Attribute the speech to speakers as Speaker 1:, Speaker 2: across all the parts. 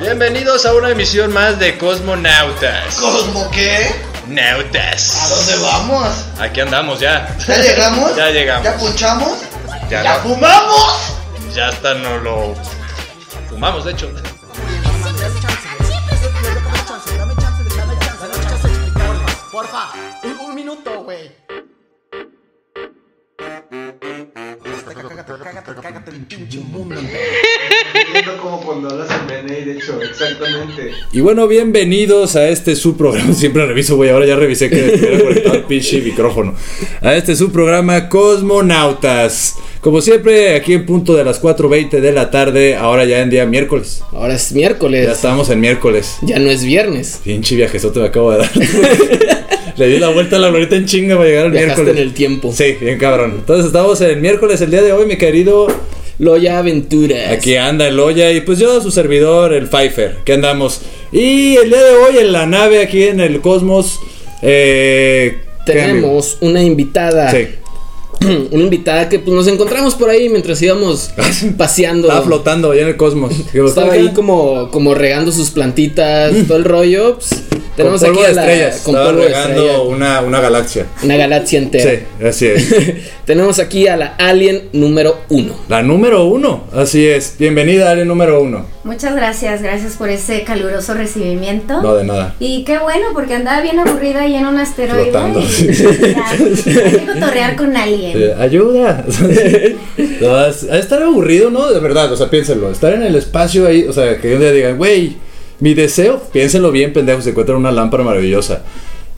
Speaker 1: Bienvenidos a una emisión más de Cosmonautas.
Speaker 2: ¿Cosmo qué? ¿A
Speaker 1: Nautas.
Speaker 2: dónde vamos?
Speaker 1: Aquí andamos ya.
Speaker 2: ¿Ya llegamos?
Speaker 1: Ya llegamos.
Speaker 2: ¿Ya punchamos?
Speaker 1: Ya
Speaker 2: ¿Ya,
Speaker 1: no.
Speaker 2: fumamos?
Speaker 1: Ya hasta no lo fumamos, de hecho.
Speaker 3: Dame chance, de- dame chance, dame chance de explicarme. Porfa, un, un minuto, güey. Cágate, cágate, cágate el pinche mundo entero.
Speaker 4: Entiendo como cuando hablas en BNI, de hecho, exactamente.
Speaker 5: Y bueno, bienvenidos a este su programa. Siempre reviso, güey. Ahora ya revisé que estuviera conectado el pinche micrófono. A este su programa Cosmonautas. Como siempre, aquí en punto de las 4.20 de la tarde. Ahora ya en día miércoles.
Speaker 6: Ahora es
Speaker 5: Ya
Speaker 6: miércoles. Ya,
Speaker 5: estamos en miércoles.
Speaker 6: no es viernes.
Speaker 5: Pinche viajezote me acabo de dar. Le di la vuelta a la lorita en chinga para llegar al
Speaker 6: Viajaste
Speaker 5: miércoles.
Speaker 6: en el tiempo.
Speaker 5: Sí, bien cabrón. Entonces estamos en el miércoles el día de hoy, mi querido.
Speaker 6: Loya Aventuras.
Speaker 5: Aquí anda el Oya y pues yo, su servidor, el Pfeiffer, que andamos. Y el día de hoy en la nave aquí en el cosmos. eh,
Speaker 6: tenemos una invitada.
Speaker 5: cambio. Sí.
Speaker 6: una invitada que pues, nos encontramos por ahí mientras íbamos paseando.
Speaker 5: Estaba flotando allá en el cosmos. Digo,
Speaker 6: Estaba ahí
Speaker 5: acá. Mm.
Speaker 6: como, como regando sus plantitas, todo el rollo. pues, tenemos
Speaker 5: con polvo
Speaker 6: aquí a
Speaker 5: de
Speaker 6: la-
Speaker 5: estrellas.
Speaker 6: con
Speaker 5: Estaba
Speaker 6: polvo de
Speaker 5: regando
Speaker 6: estrella,
Speaker 5: una, una galaxia.
Speaker 6: Una galaxia entera.
Speaker 5: Sí, así es.
Speaker 6: tenemos aquí a la alien número uno.
Speaker 5: la número uno. Así es. Bienvenida, Alien número uno.
Speaker 7: Muchas gracias, gracias por ese caluroso recibimiento.
Speaker 5: No, de nada.
Speaker 7: Y qué bueno, porque andaba bien aburrida ahí en un asteroide.
Speaker 5: Flotando.
Speaker 7: Y, ya, hay que cotorrear con alguien.
Speaker 5: Eh, ayuda. No, es- ha de estar aburrido, ¿no? De verdad, o sea, piénsenlo. Estar en el espacio ahí, o sea, que un día digan, güey, mi deseo, piénsenlo bien, pendejos, se encuentran una lámpara maravillosa.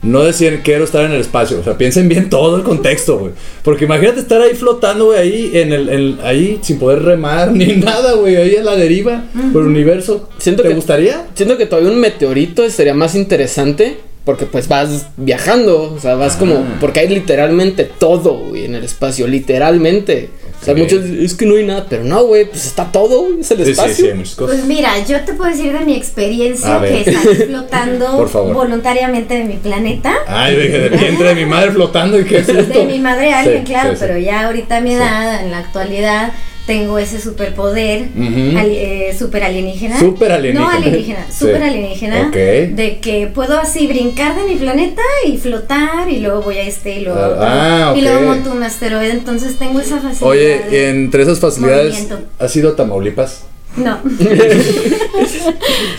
Speaker 5: No decían quiero estar en el espacio, o sea, piensen bien todo el contexto, güey. Porque imagínate estar ahí flotando, güey, ahí en el, en- ahí sin poder remar ni nada, güey, ahí en la deriva por el universo.
Speaker 6: Siento
Speaker 5: ¿Te
Speaker 6: que-
Speaker 5: gustaría?
Speaker 6: Siento que todavía un meteorito sería más interesante porque pues vas viajando, o sea, vas como
Speaker 5: Ah.
Speaker 6: porque hay literalmente todo güey, en el espacio, literalmente. O sea,
Speaker 5: Ok.
Speaker 6: muchos es que no hay nada, pero no, güey, pues está todo, güey, es el
Speaker 5: Sí, sí,
Speaker 6: espacio.
Speaker 5: sí, hay muchas cosas.
Speaker 7: Pues mira, yo te puedo decir de mi
Speaker 5: A
Speaker 7: experiencia
Speaker 5: ver.
Speaker 7: que salí
Speaker 5: Por
Speaker 7: flotando
Speaker 5: favor.
Speaker 7: voluntariamente de mi planeta.
Speaker 5: Ay, dije, del vientre de mi madre flotando y qué es esto?
Speaker 7: Pues, De mi madre alguien,
Speaker 5: Sí,
Speaker 7: claro,
Speaker 5: sí, sí.
Speaker 7: pero ya ahorita a mi edad, en la actualidad, tengo ese superpoder,
Speaker 5: Ujú.
Speaker 7: ali- eh, super alienígena.
Speaker 5: Súper alienígena.
Speaker 7: No alienígena,
Speaker 5: Sí.
Speaker 7: super alienígena.
Speaker 5: Ok.
Speaker 7: De que puedo así brincar de mi planeta y flotar y luego voy a este y luego. a otro,
Speaker 5: Ah,
Speaker 7: Y luego
Speaker 5: ok.
Speaker 7: monto un asteroide, entonces tengo esa facilidad.
Speaker 5: Oye,
Speaker 7: de-
Speaker 5: entre esas facilidades,
Speaker 7: Movimiento.
Speaker 5: ¿has ido a Tamaulipas?
Speaker 7: No.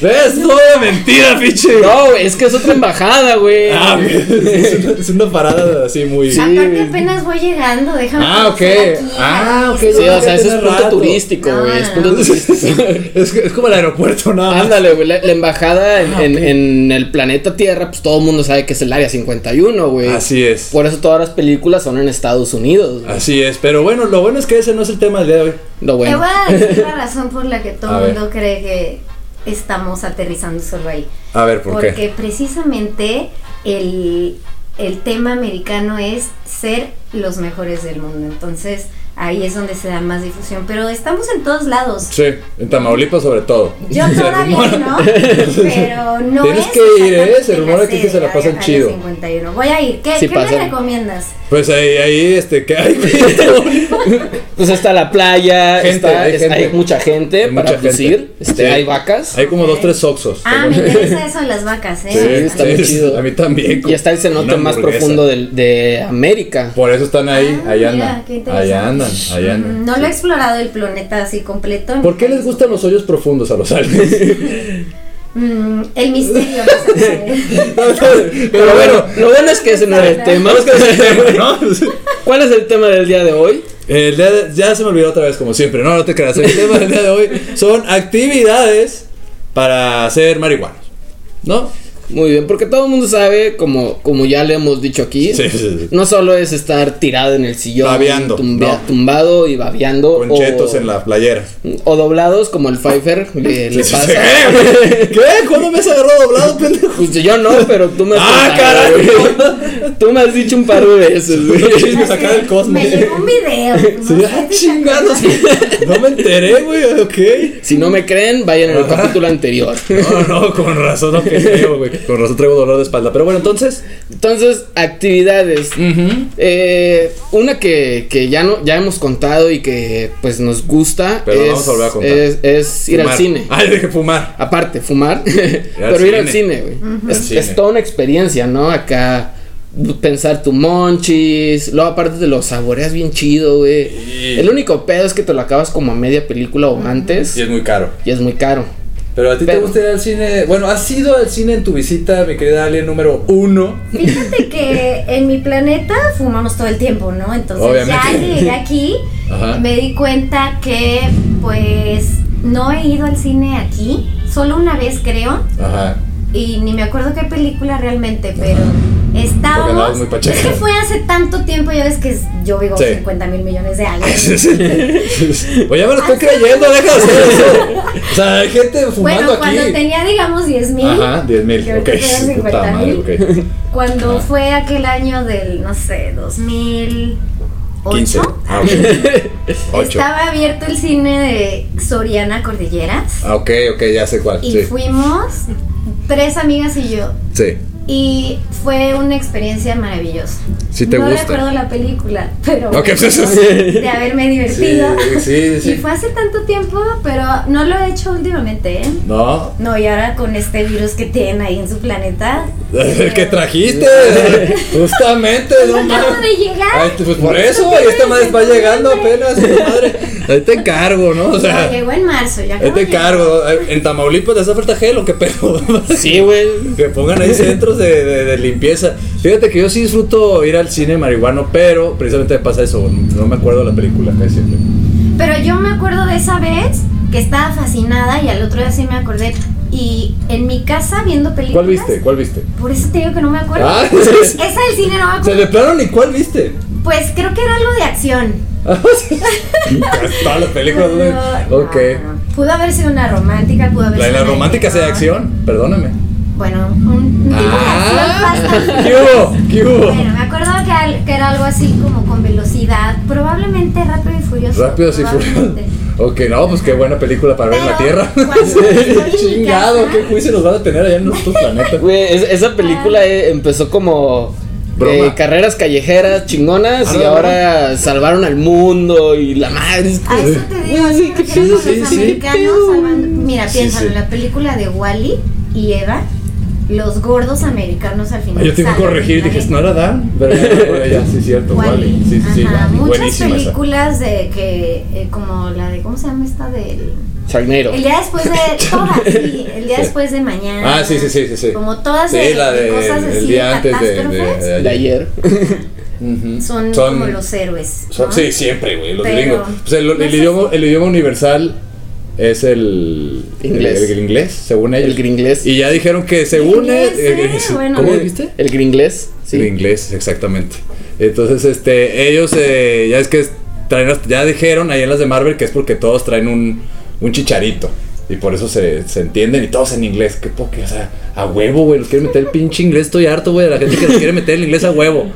Speaker 5: ¡Es toda mentira, pinche!
Speaker 6: No, güey, es que es otra embajada, güey.
Speaker 5: Ah, es, una, es una parada así muy.
Speaker 7: Aparte apenas voy llegando, déjame.
Speaker 5: Ah, ok.
Speaker 7: conocer aquí.
Speaker 5: Ah, ok.
Speaker 6: sí, o sea, ese es
Speaker 5: Tiene
Speaker 6: punto
Speaker 5: rato.
Speaker 6: turístico,
Speaker 7: No,
Speaker 6: güey, es
Speaker 7: no,
Speaker 6: punto
Speaker 7: no.
Speaker 6: turístico.
Speaker 5: Es, que- es como el aeropuerto, nada más.
Speaker 6: Ándale, güey, la, la embajada
Speaker 5: Ah,
Speaker 6: en, en- en el planeta Tierra, pues todo el mundo sabe que es el Área 51, güey.
Speaker 5: Así es.
Speaker 6: Por eso todas las películas son en Estados Unidos. güey.
Speaker 5: Así es. Pero bueno, lo bueno es que ese no es el tema del día de hoy.
Speaker 6: Lo
Speaker 7: Te
Speaker 6: bueno.
Speaker 7: voy a decir la razón por la que todo
Speaker 5: A
Speaker 7: el
Speaker 5: ver.
Speaker 7: mundo cree que estamos aterrizando solo ahí.
Speaker 5: A ver, ¿por
Speaker 7: Porque
Speaker 5: qué?
Speaker 7: precisamente el, el tema americano es ser los mejores del mundo. Entonces ahí es donde se da más difusión. Pero estamos en todos lados.
Speaker 5: Sí, en Tamaulipas sobre todo.
Speaker 7: Yo
Speaker 5: Se
Speaker 7: todavía
Speaker 5: rumora.
Speaker 7: no, pero no
Speaker 5: Tienes
Speaker 7: es
Speaker 5: que ir, ¿eh?
Speaker 7: exactamente
Speaker 5: Se rumora
Speaker 7: la
Speaker 5: que sí se la
Speaker 7: sede,
Speaker 5: pasan
Speaker 7: área- área
Speaker 5: chido.
Speaker 7: 51. Voy a ir. ¿Qué,
Speaker 6: Sí
Speaker 7: qué
Speaker 6: pasan.
Speaker 7: me recomiendas?
Speaker 5: Pues ahí, ahí, este, que hay. güey?
Speaker 6: Pues está la playa,
Speaker 5: Gente,
Speaker 6: está,
Speaker 5: hay
Speaker 6: es-
Speaker 5: gente.
Speaker 6: hay mucha gente
Speaker 5: Hay
Speaker 6: para
Speaker 5: mucha gente.
Speaker 6: lucir, este,
Speaker 5: Sí.
Speaker 6: hay vacas
Speaker 5: hay como dos, tres oxos.
Speaker 7: Ah, me interesa eso de las vacas, ¿eh?
Speaker 5: Sí,
Speaker 6: está muy
Speaker 5: sí,
Speaker 6: chido.
Speaker 5: A mí también.
Speaker 6: y está el cenote
Speaker 5: Una
Speaker 6: más
Speaker 5: hamburguesa.
Speaker 6: profundo del- de, América.
Speaker 5: Por eso están ahí,
Speaker 7: Ah,
Speaker 5: ahí
Speaker 7: mira,
Speaker 5: andan.
Speaker 7: qué interesante. Mm,
Speaker 5: Allá andan, allá andan.
Speaker 7: No lo he explorado el planeta así completo.
Speaker 5: ¿Por qué les gustan los hoyos profundos a los aliens?
Speaker 7: Mm, el misterio. no sé.
Speaker 6: Pero bueno, lo bueno es que ese no era el tema. ¿Cuál es el tema del día de hoy?
Speaker 5: El día de- ya se me olvidó otra vez, como siempre. No, no te creas. El tema del día de hoy son actividades para hacer marihuana. ¿No?
Speaker 6: Muy bien, porque todo el mundo sabe, como, como ya le hemos dicho aquí,
Speaker 5: Sí, sí, sí.
Speaker 6: no solo es estar tirado en el sillón,
Speaker 5: Babeando,
Speaker 6: tumbea-
Speaker 5: no.
Speaker 6: tumbado y babeando,
Speaker 5: Con chetos en la playera.
Speaker 6: o doblados como el Pfeiffer le, le pasa.
Speaker 5: ¿Qué? ¿Qué? ¿Cuándo me has agarrado doblado, pendejo?
Speaker 6: Pues yo no, pero tú me has
Speaker 5: ¡Ah,
Speaker 6: contado, güey. Tú me has dicho un par de veces, güey.
Speaker 5: Chismes acá del cosmos.
Speaker 7: Me llegó un video. no
Speaker 5: Sí,
Speaker 7: sé
Speaker 5: ah,
Speaker 7: si
Speaker 5: chingados. No me enteré, güey. Ok.
Speaker 6: Si no me creen, vayan al capítulo anterior.
Speaker 5: No, no, con razón no que creo, güey. Con razón traigo dolor de espalda. Pero bueno, entonces.
Speaker 6: Entonces, actividades. Eh, una que, que ya no ya hemos contado y que pues nos gusta
Speaker 5: Pero la
Speaker 6: es,
Speaker 5: vamos a volver a contar.
Speaker 6: es, es ir al
Speaker 5: Fumar.
Speaker 6: cine.
Speaker 5: Ay, dije fumar.
Speaker 6: Aparte, fumar, pero ir al cine, güey. es,
Speaker 5: Al cine.
Speaker 6: es toda una experiencia, ¿no? Acá pensar tu monchis, luego aparte te lo saboreas bien chido, güey.
Speaker 5: Sí.
Speaker 6: El único pedo es que te lo acabas como a media película o antes
Speaker 5: Y es muy caro.
Speaker 6: y es muy caro.
Speaker 5: Pero a ti te
Speaker 6: Pero-
Speaker 5: gusta ir al cine. Bueno, has ido al cine en tu visita, mi querida Alien número uno.
Speaker 7: Fíjate que en mi planeta fumamos todo el tiempo, ¿no? Entonces ya
Speaker 5: Obviamente. Ah.
Speaker 7: al llegué aquí
Speaker 5: Ajá.
Speaker 7: me di cuenta que pues no he ido al cine aquí, solo una vez creo,
Speaker 5: Ajá.
Speaker 7: y ni me acuerdo qué película realmente, pero estábamos...
Speaker 5: Ah, andabas muy pacheca.
Speaker 7: es que fue hace tanto tiempo, ya ves que es- yo vivo
Speaker 5: Sí.
Speaker 7: 50 mil millones de años.
Speaker 5: Oye, ya Pues me lo estoy creyendo, deja de hacer eso. O sea, hay gente
Speaker 7: Bueno,
Speaker 5: fumando aquí.
Speaker 7: cuando tenía digamos 10 mil,
Speaker 5: Ajá, 10
Speaker 7: que
Speaker 5: mil. Ok.
Speaker 7: ahorita quedan 50
Speaker 5: madre,
Speaker 7: mil.
Speaker 5: ok.
Speaker 7: Cuando
Speaker 5: Ajá.
Speaker 7: fue aquel año del, no sé, 2008,
Speaker 5: 15. Ah, ok. Ocho.
Speaker 7: estaba abierto el cine de Soriana Cordilleras
Speaker 5: Ah, ok, ok, ya sé cuál.
Speaker 7: y
Speaker 5: Sí.
Speaker 7: fuimos tres amigas y yo.
Speaker 5: Sí.
Speaker 7: Y fue una experiencia maravillosa.
Speaker 5: Sí te
Speaker 7: no
Speaker 5: gusta.
Speaker 7: recuerdo la película, pero
Speaker 5: Ok, pues eso sí.
Speaker 7: de haberme divertido.
Speaker 5: Sí, sí, sí.
Speaker 7: Y fue hace tanto tiempo, pero no lo he hecho últimamente, ¿eh?
Speaker 5: No.
Speaker 7: No, y ahora con este virus que tienen ahí en su planeta.
Speaker 5: El que trajiste. Justamente,
Speaker 7: Pues
Speaker 5: no
Speaker 7: Acabo
Speaker 5: mames.
Speaker 7: de llegar.
Speaker 5: Ay, pues por eso, y esta madre va llegando apenas, madre. Ahí te encargo, ¿no? O
Speaker 7: No,
Speaker 5: sea,
Speaker 7: llegó en marzo, ya
Speaker 5: ahí
Speaker 7: acabo
Speaker 5: te
Speaker 7: de llegar.
Speaker 5: encargo. En Tamaulipas te hace falta gel o qué pedo.
Speaker 6: Sí, güey.
Speaker 5: Que pongan ahí centros de, de- de limpieza. Fíjate que yo sí disfruto ir al cine marihuano, pero precisamente me pasa eso. No me acuerdo de la película casi siempre.
Speaker 7: Pero yo me acuerdo de esa vez que estaba fascinada y al otro día sí me acordé. Y en mi casa viendo películas.
Speaker 5: ¿Cuál viste? ¿Cuál viste?
Speaker 7: Por eso te digo que no me acuerdo.
Speaker 5: Ah,
Speaker 7: esa del cine
Speaker 5: O
Speaker 7: no me
Speaker 5: sea,
Speaker 7: acuerdo.
Speaker 5: de plano ni cuál viste.
Speaker 7: Pues creo que era algo de acción.
Speaker 5: Todas las películas.
Speaker 7: No,
Speaker 5: ¿no?
Speaker 7: no,
Speaker 5: Ok.
Speaker 7: no. Pudo haber sido una romántica, pudo haber
Speaker 5: La de
Speaker 7: sido.
Speaker 5: la
Speaker 7: una
Speaker 5: romántica sea de acción, perdóname.
Speaker 7: Bueno, un un tipo
Speaker 5: Ah.
Speaker 7: de acción bastante.
Speaker 5: ¿Qué hubo? ¿Qué hubo?
Speaker 7: Bueno, me acuerdo que, al- que era algo así como con velocidad. Probablemente rápido y furioso.
Speaker 5: Rápidos y furiosos.
Speaker 7: probablemente.
Speaker 5: Ok, no, pues qué buena película para ver en la
Speaker 7: Pero,
Speaker 5: Tierra.
Speaker 7: cuando estoy en mi
Speaker 5: Chingado,
Speaker 7: casa-
Speaker 5: qué juicio nos van a tener allá en nuestro planeta.
Speaker 6: Güey, es- esa película
Speaker 7: Ah.
Speaker 6: eh, empezó como
Speaker 5: Broma.
Speaker 6: eh, carreras callejeras chingonas
Speaker 5: Ah,
Speaker 6: y
Speaker 5: no,
Speaker 6: ahora salvaron al mundo y la madre. es-
Speaker 7: A eso te digo,
Speaker 6: Güey, sí,
Speaker 7: yo
Speaker 6: qué
Speaker 7: creo que
Speaker 6: pedo.
Speaker 7: los
Speaker 5: sí, sí.
Speaker 7: americanos salvando- Mira,
Speaker 5: Sí,
Speaker 7: piénsalo,
Speaker 5: sí.
Speaker 7: la película de Wally y Eva, los gordos americanos al final.
Speaker 5: Ah, Yo tengo que
Speaker 7: salen,
Speaker 5: corregir,
Speaker 7: ¿vale?
Speaker 5: dije, no era Dan, pero ya me acuerdo de ella, sí, cierto, Wally.
Speaker 7: Wall-E.
Speaker 5: Sí, sí, sí,
Speaker 7: Ajá,
Speaker 5: Wall-E,
Speaker 7: muchas
Speaker 5: buenísima esa.
Speaker 7: películas de que, eh, como la de, ¿cómo se llama esta del?
Speaker 6: Sharknado.
Speaker 7: El día después de, todas, sí, el día
Speaker 5: Sí.
Speaker 7: después de mañana.
Speaker 5: Ah, sí, sí, sí, sí, sí.
Speaker 7: Como todas
Speaker 5: Sí,
Speaker 7: de-
Speaker 5: la
Speaker 7: de
Speaker 5: de-
Speaker 7: cosas así,
Speaker 5: el día antes de- de-
Speaker 7: catástrofes,
Speaker 5: de-
Speaker 6: De ayer.
Speaker 5: Ujú.
Speaker 7: son, como los héroes.
Speaker 5: son-
Speaker 7: ¿no?
Speaker 5: Sí, siempre, güey, los
Speaker 7: Ah. Pero-
Speaker 5: gringos. Pues el, el
Speaker 7: No es
Speaker 5: idioma, el idioma universal es el
Speaker 6: Inglés.
Speaker 5: El, el inglés, según ellos.
Speaker 6: El gringlés.
Speaker 5: Y ya dijeron que según
Speaker 7: Inglés,
Speaker 5: el- el-
Speaker 7: eh, bueno.
Speaker 5: ¿Cómo
Speaker 7: Eh,
Speaker 5: dijiste?
Speaker 6: El gringlés. Sí.
Speaker 5: El inglés, exactamente. Entonces, este, ellos, eh, ya es que traen, hasta- ya dijeron ahí en las de Marvel que es porque todos traen un, un chicharito. Y por eso se, se entienden y todos en inglés. Qué poque, o sea, a huevo, güey. Los quieren meter el pinche inglés. Estoy harto, güey, de la gente que les quiere meter el inglés a huevo.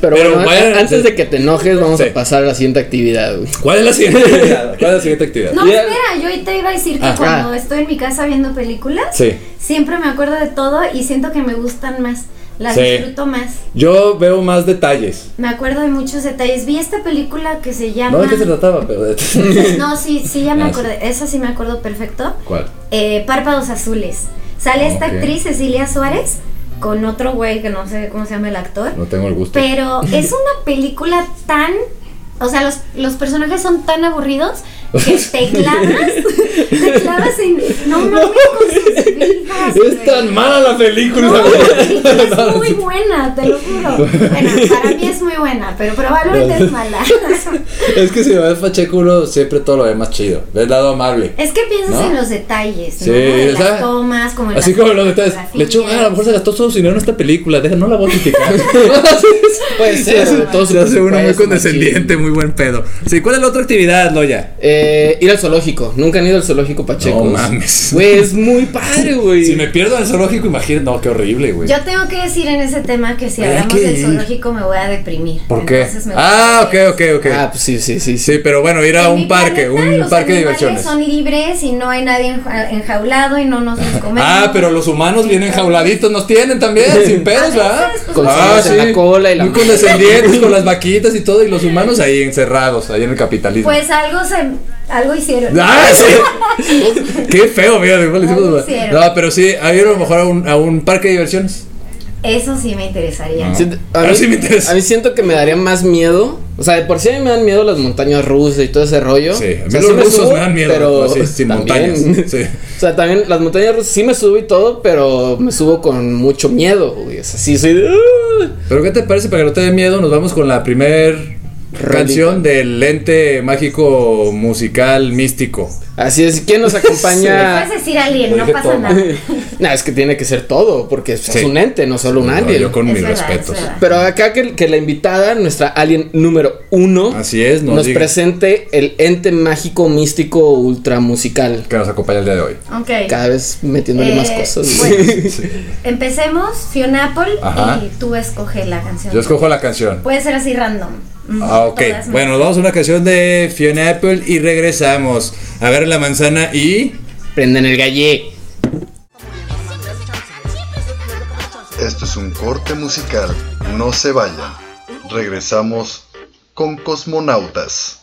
Speaker 6: Pero, bueno,
Speaker 5: vayan-
Speaker 6: a- antes de que te enojes, vamos
Speaker 5: Sí.
Speaker 6: a pasar a la siguiente actividad, güey.
Speaker 5: ¿Cuál es la siguiente actividad? ¿Cuál es la siguiente actividad?
Speaker 7: No,
Speaker 6: Y el-
Speaker 7: espera, yo ahorita iba a decir que
Speaker 5: Ajá.
Speaker 7: cuando estoy en mi casa viendo películas,
Speaker 5: Sí.
Speaker 7: siempre me acuerdo de todo y siento que me gustan más, las
Speaker 5: Sí.
Speaker 7: disfruto más.
Speaker 5: Yo veo más detalles.
Speaker 7: Me acuerdo de muchos detalles. Vi esta película que se
Speaker 5: No,
Speaker 7: llama...
Speaker 5: ¿de qué se trataba? Pero...
Speaker 7: No, sí, sí, ya me
Speaker 5: Ah, sí.
Speaker 7: acordé. Esa sí me acuerdo perfecto.
Speaker 5: ¿Cuál?
Speaker 7: Eh, Párpados Azules. Sale esta
Speaker 5: Ok.
Speaker 7: actriz, Cecilia Suárez, con otro güey que no sé cómo se llama el actor.
Speaker 5: No tengo el gusto.
Speaker 7: Pero es una película tan... O sea, los, los personajes son tan aburridos que te clavas, te clavas en... No mames, con sus vidas,
Speaker 5: Es
Speaker 7: güey.
Speaker 5: tan mala la película.
Speaker 7: No,
Speaker 5: güey.
Speaker 7: es muy buena, te lo juro. Bueno, para mí es muy buena, pero probablemente es mala.
Speaker 5: Es que si me ves Pacheco uno siempre todo lo ve más chido. Ves lado amable.
Speaker 7: Es que piensas
Speaker 5: ¿No?
Speaker 7: en los detalles,
Speaker 5: Sí,
Speaker 7: ¿no? En
Speaker 5: ¿sabes?
Speaker 7: las tomas, como en
Speaker 5: Así
Speaker 7: las
Speaker 5: como los detalles. Le echó,
Speaker 7: fotografías.
Speaker 5: ah, a lo mejor se gastó todo su dinero en esta película. Deja, no la voy a criticar. Pues,
Speaker 6: Puede ser. todo
Speaker 5: se hace uno muy
Speaker 6: puede,
Speaker 5: condescendiente, muy buen pedo. Sí, ¿cuál es la otra actividad, Loya?
Speaker 6: Eh, ir al zoológico. Nunca han ido al zoológico Pacheco.
Speaker 5: No mames.
Speaker 6: Güey, es muy padre, güey.
Speaker 5: Si me pierdo en el zoológico, imagínate. No, qué horrible, güey.
Speaker 7: Yo tengo que decir en ese tema que si
Speaker 5: Hay
Speaker 7: hablamos
Speaker 5: que
Speaker 7: del
Speaker 5: ir.
Speaker 7: zoológico me voy a deprimir.
Speaker 5: ¿Por qué?
Speaker 7: Entonces me
Speaker 5: Ah, ok,
Speaker 7: gusta-
Speaker 5: ok, ok.
Speaker 6: Ah, pues sí, sí, sí, sí.
Speaker 5: sí, pero bueno, ir a
Speaker 7: En
Speaker 5: un
Speaker 7: mi
Speaker 5: parque,
Speaker 7: planeta
Speaker 5: un
Speaker 7: los
Speaker 5: parque de
Speaker 7: animales
Speaker 5: diversiones.
Speaker 7: Son libres y no hay nadie enja- enjaulado y no nos los comemos.
Speaker 5: Ah, pero los humanos bien enjauladitos nos tienen también, sin pedos, ¿verdad?
Speaker 7: veces, pues,
Speaker 6: Con
Speaker 5: ah,
Speaker 6: señas en la cola y la-
Speaker 5: Muy condescendientes con las vaquitas y todo, y los humanos ahí encerrados, ahí en el capitalismo.
Speaker 7: Pues algo se algo hicieron.
Speaker 5: ¡Ah, sí! ¡Qué feo, mira! le hicimos-
Speaker 7: lo hicieron.
Speaker 5: No, pero sí, a ir a lo mejor a un, a un parque de diversiones.
Speaker 7: Eso sí me interesaría.
Speaker 5: No.
Speaker 6: Sí, a,
Speaker 5: Ah,
Speaker 6: mí,
Speaker 5: sí me interesa.
Speaker 6: a mí siento que me daría más miedo. O sea, de por sí a mí me dan miedo las montañas rusas y todo ese rollo.
Speaker 5: Sí, a mí
Speaker 6: O sea,
Speaker 5: los
Speaker 6: sí me
Speaker 5: rusos
Speaker 6: subo,
Speaker 5: me dan miedo,
Speaker 6: Pero
Speaker 5: así, sin
Speaker 6: también-
Speaker 5: montañas, sí.
Speaker 6: O sea, también las montañas rusas sí me subo y todo, pero me subo con mucho miedo. Güey. O sea, sí soy de. "Ah".
Speaker 5: Pero ¿qué te parece? Para que no te dé miedo, nos vamos con la primer
Speaker 6: Rolita.
Speaker 5: canción del lente mágico musical místico.
Speaker 6: Así es, ¿quién nos acompaña?
Speaker 7: Puedes decir alguien, no
Speaker 5: Dije
Speaker 7: pasa
Speaker 5: todo.
Speaker 7: nada.
Speaker 6: no, es que tiene que ser todo, porque es
Speaker 5: Sí.
Speaker 6: un ente, no solo un
Speaker 5: No,
Speaker 6: alien.
Speaker 5: Yo con
Speaker 7: Es
Speaker 5: mis
Speaker 7: verdad,
Speaker 5: respetos.
Speaker 7: es verdad.
Speaker 6: Pero acá que, que la invitada, nuestra alien número uno,
Speaker 5: Así es, nos
Speaker 6: nos
Speaker 5: diga.
Speaker 6: presente el ente mágico, místico, ultramusical.
Speaker 5: Que nos acompaña el día de hoy.
Speaker 7: Ok.
Speaker 6: Cada vez metiéndole
Speaker 7: Eh,
Speaker 6: más cosas.
Speaker 7: bueno. Empecemos Fionapol
Speaker 5: Ajá.
Speaker 7: y tú escoge la canción.
Speaker 5: Yo escojo la canción.
Speaker 7: Puede ser así random. Mm,
Speaker 5: Ah, ok.
Speaker 7: todas me-
Speaker 5: Bueno, nos vamos a una canción de Fiona Apple y regresamos. Agarra la manzana y.
Speaker 6: Prenden el galle.
Speaker 8: Esto es un corte musical, no se vayan. Regresamos con Cosmonautas.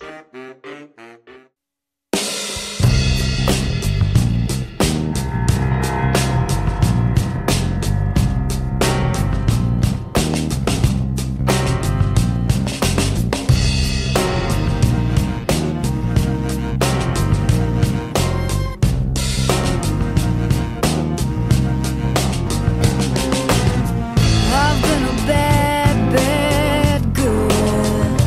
Speaker 9: I've been a bad, bad girl.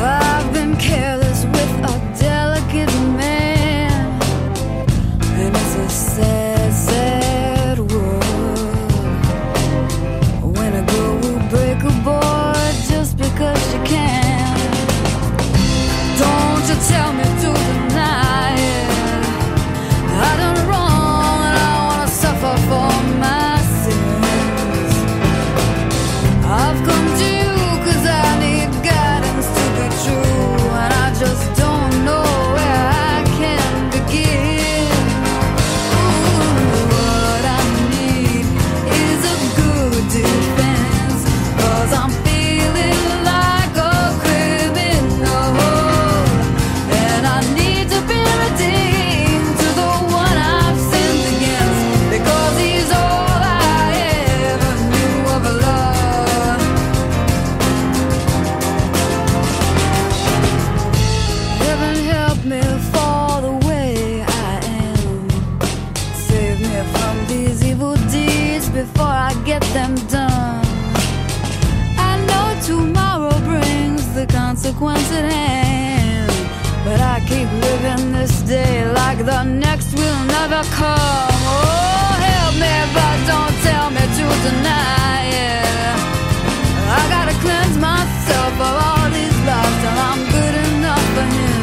Speaker 9: I've been careless with a delicate man. And it's a sad, sad world. When a girl will break a boy just because she can. Don't you tell me to deny it. I done wrong and I wanna suffer for my sins. I've come to you 'cause I need guidance to be true, and I just don't know where I can begin. Ooh, what I need is a good defense, 'cause I'm feeling like a criminal. And I need to be redeemed to the one I've sinned against because he's all I ever knew of love. Heaven help me for the way I am. Save me from these evil deeds before I get them done. I know tomorrow brings the consequence at hand. But I keep living this day like the next will never come. Oh, help me, but don't tell me to deny it. I gotta cleanse myself of all these lies till I'm good enough for him.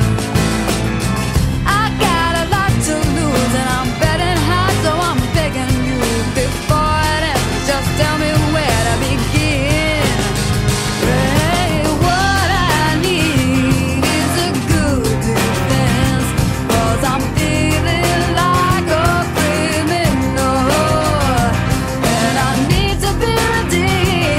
Speaker 9: I got a lot to lose and I'm betting high, so I'm begging you before it ends. Just tell me where to begin. Hey, what I need is a good defense, 'cause I'm feeling like a criminal, and I need to be Oh,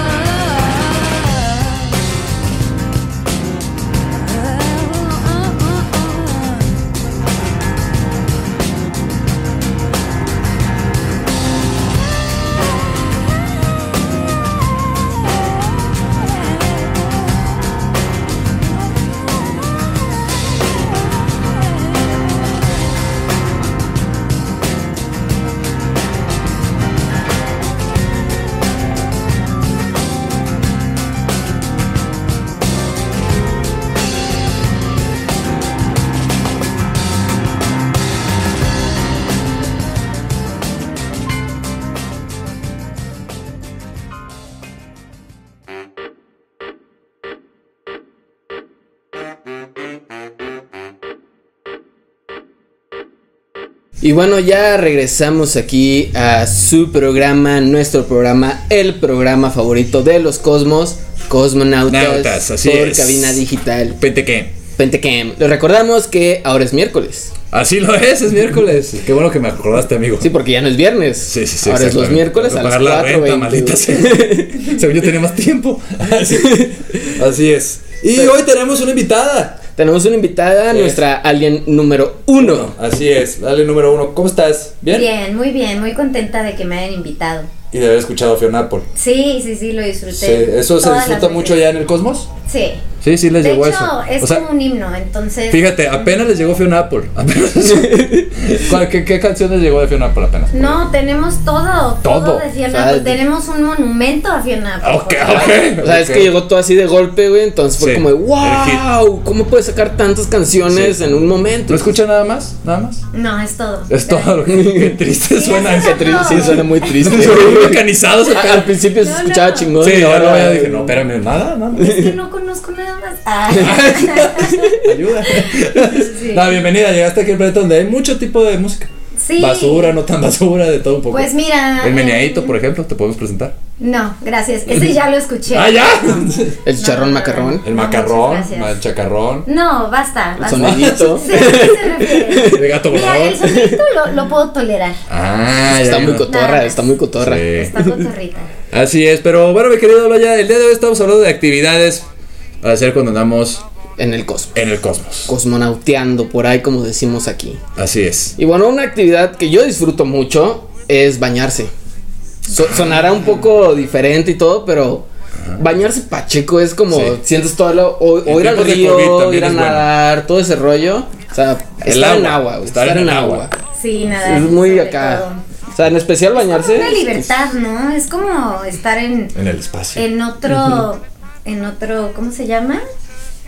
Speaker 9: Oh,
Speaker 6: Y bueno, ya regresamos aquí a su programa, nuestro programa, el programa favorito de los cosmos, Cosmonautas
Speaker 5: Nautas, así
Speaker 6: por
Speaker 5: es.
Speaker 6: cabina digital.
Speaker 5: Pente que.
Speaker 6: Pentecam. Les recordamos que ahora es miércoles.
Speaker 5: Así lo es, es miércoles. Qué bueno que me acordaste, amigo.
Speaker 6: Sí, porque ya no es viernes.
Speaker 5: Sí, sí, sí.
Speaker 6: Ahora es los
Speaker 5: exactamente.
Speaker 6: miércoles a
Speaker 5: Para
Speaker 6: las
Speaker 5: pagar la
Speaker 6: 4.
Speaker 5: renta, maldita sea. Según yo tenía más tiempo. Así, así es. Y hoy tenemos una invitada.
Speaker 6: Tenemos una invitada,
Speaker 5: Sí.
Speaker 6: nuestra alien número uno.
Speaker 5: Así es. Dale número uno. ¿Cómo estás? ¿Bien?
Speaker 7: Bien, muy bien, muy contenta de que me hayan invitado.
Speaker 5: Y de haber escuchado a Fiona Apple.
Speaker 7: Sí, sí, sí, lo disfruté.
Speaker 5: Sí, ¿Eso se
Speaker 7: Todas las
Speaker 5: disfruta
Speaker 7: veces.
Speaker 5: mucho ya en el cosmos?
Speaker 7: Sí.
Speaker 5: Sí, sí, les
Speaker 7: De
Speaker 5: llegó
Speaker 7: hecho,
Speaker 5: eso.
Speaker 7: es
Speaker 5: O sea,
Speaker 7: como un himno, entonces.
Speaker 5: Fíjate, apenas les llegó Fiona Apple. Apenas- ¿Cuál- qué, qué canción les llegó de Fiona Apple apenas?
Speaker 7: No, tenemos todo, todo,
Speaker 5: Todo.
Speaker 7: de Fiona
Speaker 6: O sea,
Speaker 7: Apple. Tenemos un monumento a Fiona Apple.
Speaker 5: Ok, ok.
Speaker 6: O sea, es
Speaker 5: ok.
Speaker 6: que llegó todo así de golpe, güey. Entonces fue
Speaker 5: Sí.
Speaker 6: como, de, wow, ¿cómo puedes sacar tantas canciones
Speaker 5: Sí.
Speaker 6: en un momento?
Speaker 5: ¿No escucha nada más? ¿Nada más?
Speaker 7: No, es todo.
Speaker 5: Es todo lo que qué triste
Speaker 7: Sí,
Speaker 5: suena.
Speaker 7: es
Speaker 5: Qué
Speaker 7: todo.
Speaker 5: triste.
Speaker 7: Sí, suena
Speaker 6: muy triste. Ah,
Speaker 5: Muy mecanizados acá.
Speaker 6: al principio se
Speaker 7: Ah. No,
Speaker 6: escuchaba
Speaker 7: no.
Speaker 6: chingón.
Speaker 5: Sí,
Speaker 6: y
Speaker 5: ahora
Speaker 6: ahora
Speaker 5: ya dije, no, espérame, nada, nada.
Speaker 7: Es que no conozco nada más. Ah.
Speaker 5: Ayuda. No, bienvenida, llegaste aquí al planeta donde hay mucho tipo de música.
Speaker 7: Sí.
Speaker 5: Basura, no tan basura, de todo un poco.
Speaker 7: Pues mira.
Speaker 5: El meneadito,
Speaker 7: eh,
Speaker 5: por ejemplo, te podemos presentar.
Speaker 7: No, gracias. Ese ya lo escuché.
Speaker 5: ¡Ah, ya!
Speaker 6: El chicharrón macarrón.
Speaker 5: El
Speaker 7: No,
Speaker 5: macarrón,
Speaker 7: muchas gracias.
Speaker 5: el chacarrón,
Speaker 7: No, basta.
Speaker 6: El
Speaker 7: basta.
Speaker 6: sonidito.
Speaker 7: Sí, ¿a qué se refiere?
Speaker 5: el gato
Speaker 7: Mira,
Speaker 5: volador.
Speaker 7: el sonidito lo, lo puedo tolerar.
Speaker 5: Ah, ya,
Speaker 6: Está muy
Speaker 5: ya.
Speaker 6: cotorra,
Speaker 7: Nada.
Speaker 6: está muy cotorra.
Speaker 5: Sí.
Speaker 7: Está cotorrita.
Speaker 5: Así es, pero bueno, mi querido Loya, el día de hoy estamos hablando de actividades para hacer cuando andamos
Speaker 6: En el cosmos.
Speaker 5: en el cosmos.
Speaker 6: Cosmonauteando por ahí, como decimos aquí.
Speaker 5: Así es.
Speaker 6: Y bueno, una actividad que yo disfruto mucho es bañarse. So- sonará un poco diferente y todo, pero bañarse pacheco es como
Speaker 5: Sí.
Speaker 6: sientes todo lo, o,
Speaker 5: En
Speaker 6: o ir al
Speaker 5: tiempos de COVID
Speaker 6: río,
Speaker 5: también
Speaker 6: ir a
Speaker 5: es
Speaker 6: nadar, todo ese rollo. O sea,
Speaker 5: El
Speaker 6: estar en
Speaker 5: agua,
Speaker 6: agua, güey, estar, en agua.
Speaker 7: Sí, nada.
Speaker 6: Es muy
Speaker 7: sobre
Speaker 6: acá.
Speaker 7: todo.
Speaker 6: O sea, en especial bañarse.
Speaker 7: Una libertad, ¿no? Es como estar en,
Speaker 5: En el
Speaker 6: Eh.
Speaker 5: espacio.
Speaker 7: en otro, en otro, ¿cómo se llama?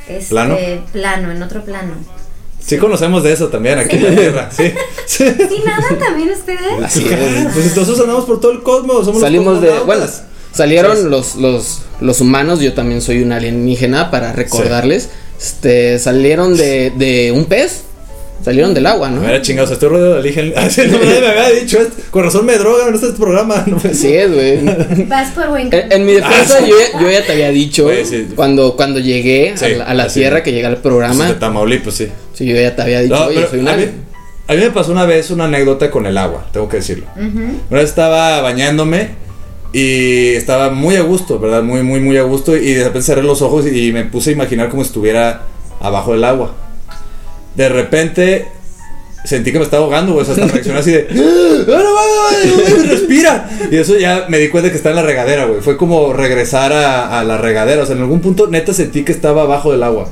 Speaker 7: Este,
Speaker 5: ¿Plano?
Speaker 7: Plano, en otro plano.
Speaker 5: Sí conocemos de eso también aquí en la Tierra, sí. sí.
Speaker 7: ¿Y nada también ustedes?
Speaker 6: Así es.
Speaker 5: Pues entonces andamos por todo el cosmos, somos
Speaker 6: pues, Salimos
Speaker 5: los
Speaker 6: de. Bueno,
Speaker 5: cosmonautas.
Speaker 6: salieron los, los, los humanos. Yo también soy un alienígena, para recordarles. Este, salieron de, de un pez. Salieron del agua, ¿no?
Speaker 5: Me hubiera chingados, estoy rodeado de origen. Así no nadie me había dicho esto. Con razón me drogan en este programa. No puede
Speaker 6: Así
Speaker 5: ser.
Speaker 6: es, güey. En,
Speaker 7: Vas por buen camino.
Speaker 6: Eh, en mi defensa, yo, ya- yo ya te había dicho
Speaker 5: Güey, Ah, sí.
Speaker 6: cuando, cuando llegué
Speaker 5: Sí,
Speaker 6: a la, a la
Speaker 5: así.
Speaker 6: tierra, que llegué al
Speaker 5: Es Pues de
Speaker 6: programa.
Speaker 5: Tamaulipas, sí.
Speaker 6: Sí, yo ya te había dicho,
Speaker 5: No,
Speaker 6: oye,
Speaker 5: pero
Speaker 6: soy un
Speaker 5: a, mí,
Speaker 6: alien.
Speaker 5: a mí me pasó una vez una anécdota con el agua, tengo que decirlo. Una vez estaba bañándome y estaba muy a gusto, ¿verdad? Muy, muy, muy a gusto. Y de repente cerré los ojos y me puse a imaginar como si estuviera abajo del agua. De repente sentí que me estaba ahogando, güey. O sea, hasta reaccioné así de. ¡Ah, no, no, no, no, ¡Respira! Y eso ya me di cuenta que está en la regadera, güey. Fue como regresar a, a la regadera. O sea, en algún punto neta sentí que estaba abajo del agua.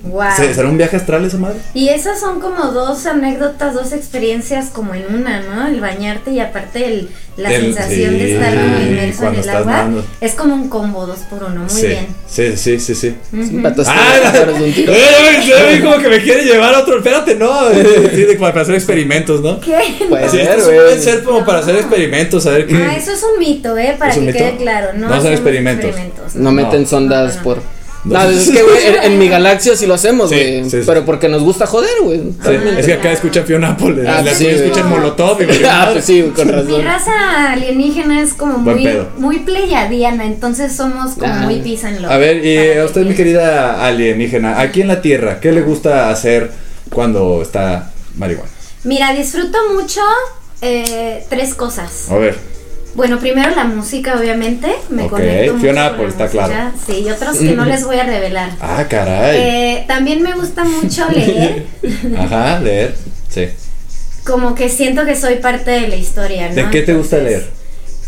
Speaker 7: Wow.
Speaker 5: ¿Se- ¿Será un viaje astral esa madre?
Speaker 7: Y esas son como dos anécdotas, dos experiencias como en una, ¿no? El bañarte y aparte el, la
Speaker 5: El-
Speaker 7: sensación
Speaker 5: sí,
Speaker 7: de estar como inmerso en
Speaker 5: cuando
Speaker 7: el
Speaker 5: estás
Speaker 7: agua.
Speaker 5: nadando.
Speaker 7: Es como un combo dos por uno, muy
Speaker 5: sí.
Speaker 7: bien.
Speaker 5: sí, sí, sí, sí.
Speaker 6: Pues Empataste
Speaker 5: Ah,
Speaker 6: dos pájaros de un tiro.
Speaker 5: Eh, se ve como que me quiere llevar a otro. Espérate, no. eh, Sí, de, para hacer experimentos, ¿no?
Speaker 7: ¿Qué?
Speaker 6: Puede
Speaker 5: Sí,
Speaker 6: ser,
Speaker 5: estos
Speaker 6: güey.
Speaker 5: pueden ser como para hacer experimentos, a ver qué.
Speaker 7: Ah, eso es un mito, ¿eh? Para
Speaker 5: ¿Es un
Speaker 7: que
Speaker 5: mito?
Speaker 7: quede claro. No,
Speaker 5: No son
Speaker 7: hacemos
Speaker 5: experimentos.
Speaker 6: No meten sondas
Speaker 7: no, no.
Speaker 6: por. No, es que, güey, en, en mi galaxia sí lo hacemos,
Speaker 5: Sí,
Speaker 6: güey.
Speaker 5: sí, sí.
Speaker 6: pero porque nos gusta joder, güey.
Speaker 5: Sí, es que acá escuchan Fiona Apple,
Speaker 6: Ah,
Speaker 5: la
Speaker 6: sí,
Speaker 5: tuya
Speaker 6: güey.
Speaker 5: escuchan Molotov. Y
Speaker 6: Ah, pues sí, güey, con
Speaker 7: Mi
Speaker 6: razón.
Speaker 7: raza alienígena es como
Speaker 5: Buen
Speaker 7: muy,
Speaker 5: pedo.
Speaker 7: muy pleyadiana, entonces somos como
Speaker 6: Ah.
Speaker 7: muy peace and love.
Speaker 5: A ver, y eh,
Speaker 7: Para
Speaker 5: a usted,
Speaker 7: que-
Speaker 5: mi querida alienígena, aquí en la Tierra, ¿qué le gusta hacer cuando está marihuana?
Speaker 7: Mira, disfruto mucho eh, tres cosas.
Speaker 5: A ver,
Speaker 7: Bueno, primero la música, obviamente. Me
Speaker 5: Oh. Ok,
Speaker 7: conecto mucho
Speaker 5: Fiona
Speaker 7: con la
Speaker 5: Apple, está
Speaker 7: música.
Speaker 5: claro.
Speaker 7: Sí, y otros que no les voy a revelar.
Speaker 5: ah, caray.
Speaker 7: Eh, también me gusta mucho leer,
Speaker 5: Ajá, leer. Sí.
Speaker 7: como que siento que soy parte de la historia, ¿no?
Speaker 5: ¿De qué te gusta
Speaker 7: Entonces,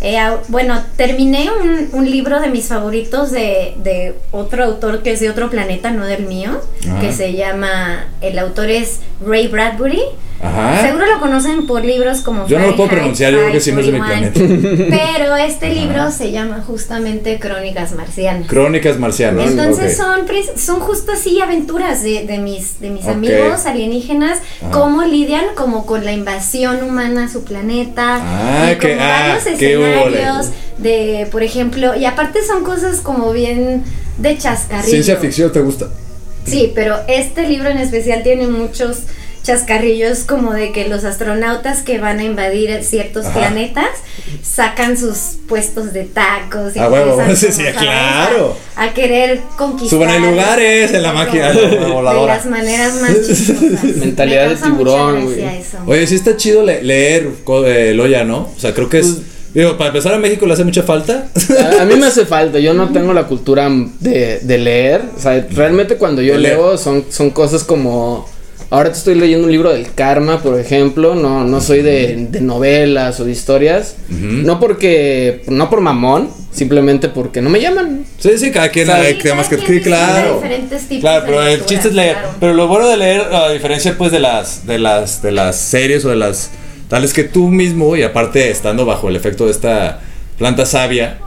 Speaker 5: leer?
Speaker 7: Eh, au- bueno, terminé un, un libro de mis favoritos de, de otro autor que es de otro planeta, no del mío,
Speaker 5: Ajá.
Speaker 7: que se llama, el autor es Ray Bradbury.
Speaker 5: Ajá.
Speaker 7: Seguro lo conocen por libros como...
Speaker 5: Ah. Yo no lo puedo
Speaker 7: Fahrenheit,
Speaker 5: pronunciar, yo creo que sí no es de mi
Speaker 7: 41, Pero este libro se llama justamente Crónicas Marcianas.
Speaker 5: Crónicas marcianas.
Speaker 7: Entonces
Speaker 5: ok.
Speaker 7: son, pres- son justo así aventuras de, de mis, de mis
Speaker 5: Ok.
Speaker 7: amigos alienígenas,
Speaker 5: Ajá.
Speaker 7: cómo lidian como con la invasión humana a su planeta,
Speaker 5: Ah,
Speaker 7: y
Speaker 5: que-
Speaker 7: como
Speaker 5: ah,
Speaker 7: varios
Speaker 5: qué ole.
Speaker 7: escenarios de, por ejemplo, y aparte son cosas como bien de chascarrillo.
Speaker 5: Ciencia ficción te gusta.
Speaker 7: Sí, pero este libro en especial tiene muchos chascarrillos como de que los astronautas que van a invadir ciertos
Speaker 5: Ajá.
Speaker 7: planetas sacan sus puestos de tacos
Speaker 5: Ah, huevo,
Speaker 7: empiezan
Speaker 5: sí, sí,
Speaker 7: como, ¿sabes?
Speaker 5: claro.
Speaker 7: a, a querer conquistar
Speaker 5: Suban a lugares en la máquina
Speaker 7: Como de
Speaker 5: voladora.
Speaker 7: las maneras más chistosas.
Speaker 6: Mentalidad
Speaker 7: Me
Speaker 6: de
Speaker 7: causa mucha
Speaker 6: tiburón,
Speaker 7: gracia
Speaker 6: güey.
Speaker 7: eso.
Speaker 5: Oye, sí está chido le- leer co- eh, Loya, ¿no? O sea, creo que es.
Speaker 7: Pues,
Speaker 5: Digo, para empezar a México le hace mucha falta.
Speaker 6: A, a mí me hace falta, yo no tengo la cultura de, de leer. O sea, realmente cuando yo
Speaker 5: De leer.
Speaker 6: leo son, son cosas como. Ahora te estoy leyendo un libro del karma, por ejemplo. No, no soy de, de novelas o de historias. No porque. No por mamón, simplemente porque no me llaman.
Speaker 5: Sí, sí, cada quien
Speaker 6: Sí,
Speaker 5: hay
Speaker 7: cada
Speaker 5: temas que
Speaker 7: quien
Speaker 5: sí, claro.
Speaker 7: tiene diferentes tipos
Speaker 5: claro,
Speaker 7: de
Speaker 5: pero el
Speaker 7: lectura,
Speaker 5: chiste es leer.
Speaker 7: claro.
Speaker 5: Pero lo bueno de leer, a diferencia pues de las, de las, de las series o de las tales que tú mismo, y aparte estando bajo el efecto de esta planta sabia,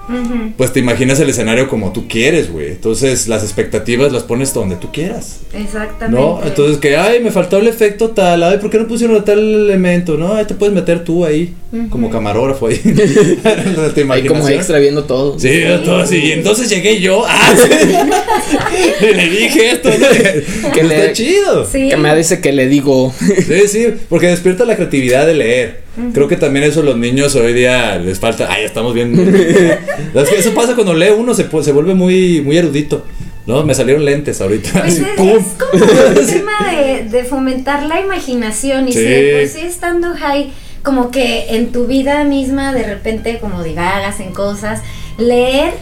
Speaker 5: pues te imaginas el escenario como tú quieres, güey. Entonces las expectativas las pones donde tú quieras.
Speaker 7: Exactamente.
Speaker 5: ¿No? Entonces que, ay, me faltó el efecto tal, ay, ¿por qué no pusieron tal elemento? ¿No? Ahí te puedes meter tú ahí, como camarógrafo ahí. Te
Speaker 6: Ahí como
Speaker 5: imaginas, ¿eh?
Speaker 6: extra viendo todo.
Speaker 5: Sí, yo todo así. Y entonces llegué yo. ¡Ah! sí. Y le dije esto. Que
Speaker 6: le-
Speaker 5: está chido.
Speaker 7: Sí.
Speaker 6: Que me dice que le digo.
Speaker 5: Sí, sí, porque despierta la creatividad de leer. Creo que también eso a los niños hoy día les falta. Ay, estamos bien. Es que eso pasa cuando lee uno, se, pu- se vuelve muy, muy erudito. No, me salieron lentes ahorita.
Speaker 7: Pues
Speaker 5: Así,
Speaker 7: es,
Speaker 5: ¡pum!
Speaker 7: es como un tema de, de fomentar la imaginación y
Speaker 5: Sí.
Speaker 7: si de por sí estando high, como que en tu vida misma de repente como divagas en cosas, leer,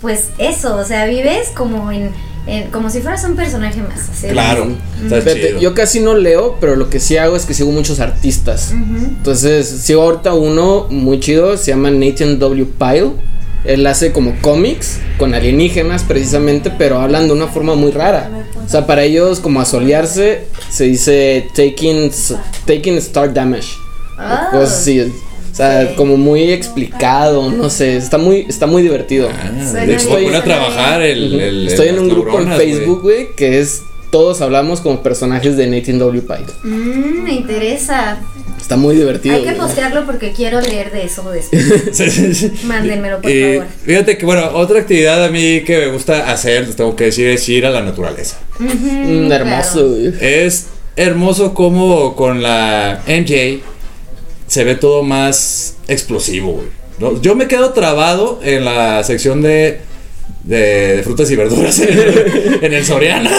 Speaker 7: pues eso, o sea, vives como en, en- como si fueras un personaje más. así.
Speaker 5: Claro, está
Speaker 6: Fíjate,
Speaker 5: chido.
Speaker 6: yo casi no leo, pero lo que sí hago es que sigo muchos artistas. Entonces, sigo ahorita uno muy chido, se llama Nathan W. Pyle. Él hace como cómics con alienígenas precisamente, pero hablan de una forma muy rara. O sea, para ellos como asolearse se dice taking, s- taking star damage.
Speaker 7: Ah.
Speaker 5: Pues
Speaker 6: Cosas así. O sea,
Speaker 7: Ok.
Speaker 6: como muy explicado, no sé, está muy, está muy divertido.
Speaker 5: Ah,
Speaker 7: Suena
Speaker 5: de hecho,
Speaker 6: bien.
Speaker 5: pone a trabajar el.
Speaker 6: Ujú.
Speaker 5: el-
Speaker 6: Estoy en
Speaker 5: las
Speaker 6: un grupo en
Speaker 5: neuronas, güey.
Speaker 6: Facebook, güey, que es todos hablamos como personajes de Nathan W. Pyle.
Speaker 7: Mm, me interesa.
Speaker 6: Está muy divertido.
Speaker 7: Hay que
Speaker 6: güey.
Speaker 7: postearlo porque quiero leer de eso después.
Speaker 5: Sí, sí, sí.
Speaker 7: Mándenmelo, por
Speaker 5: Y
Speaker 7: favor.
Speaker 5: Fíjate que, bueno, otra actividad a mí que me gusta hacer, les tengo que decir, es ir a la naturaleza.
Speaker 6: Mm, hermoso, güey.
Speaker 5: Es hermoso como con la MJ se ve todo más explosivo, güey. ¿no? Yo me quedo trabado en la sección de, de, de frutas y verduras en el, en el Soriana.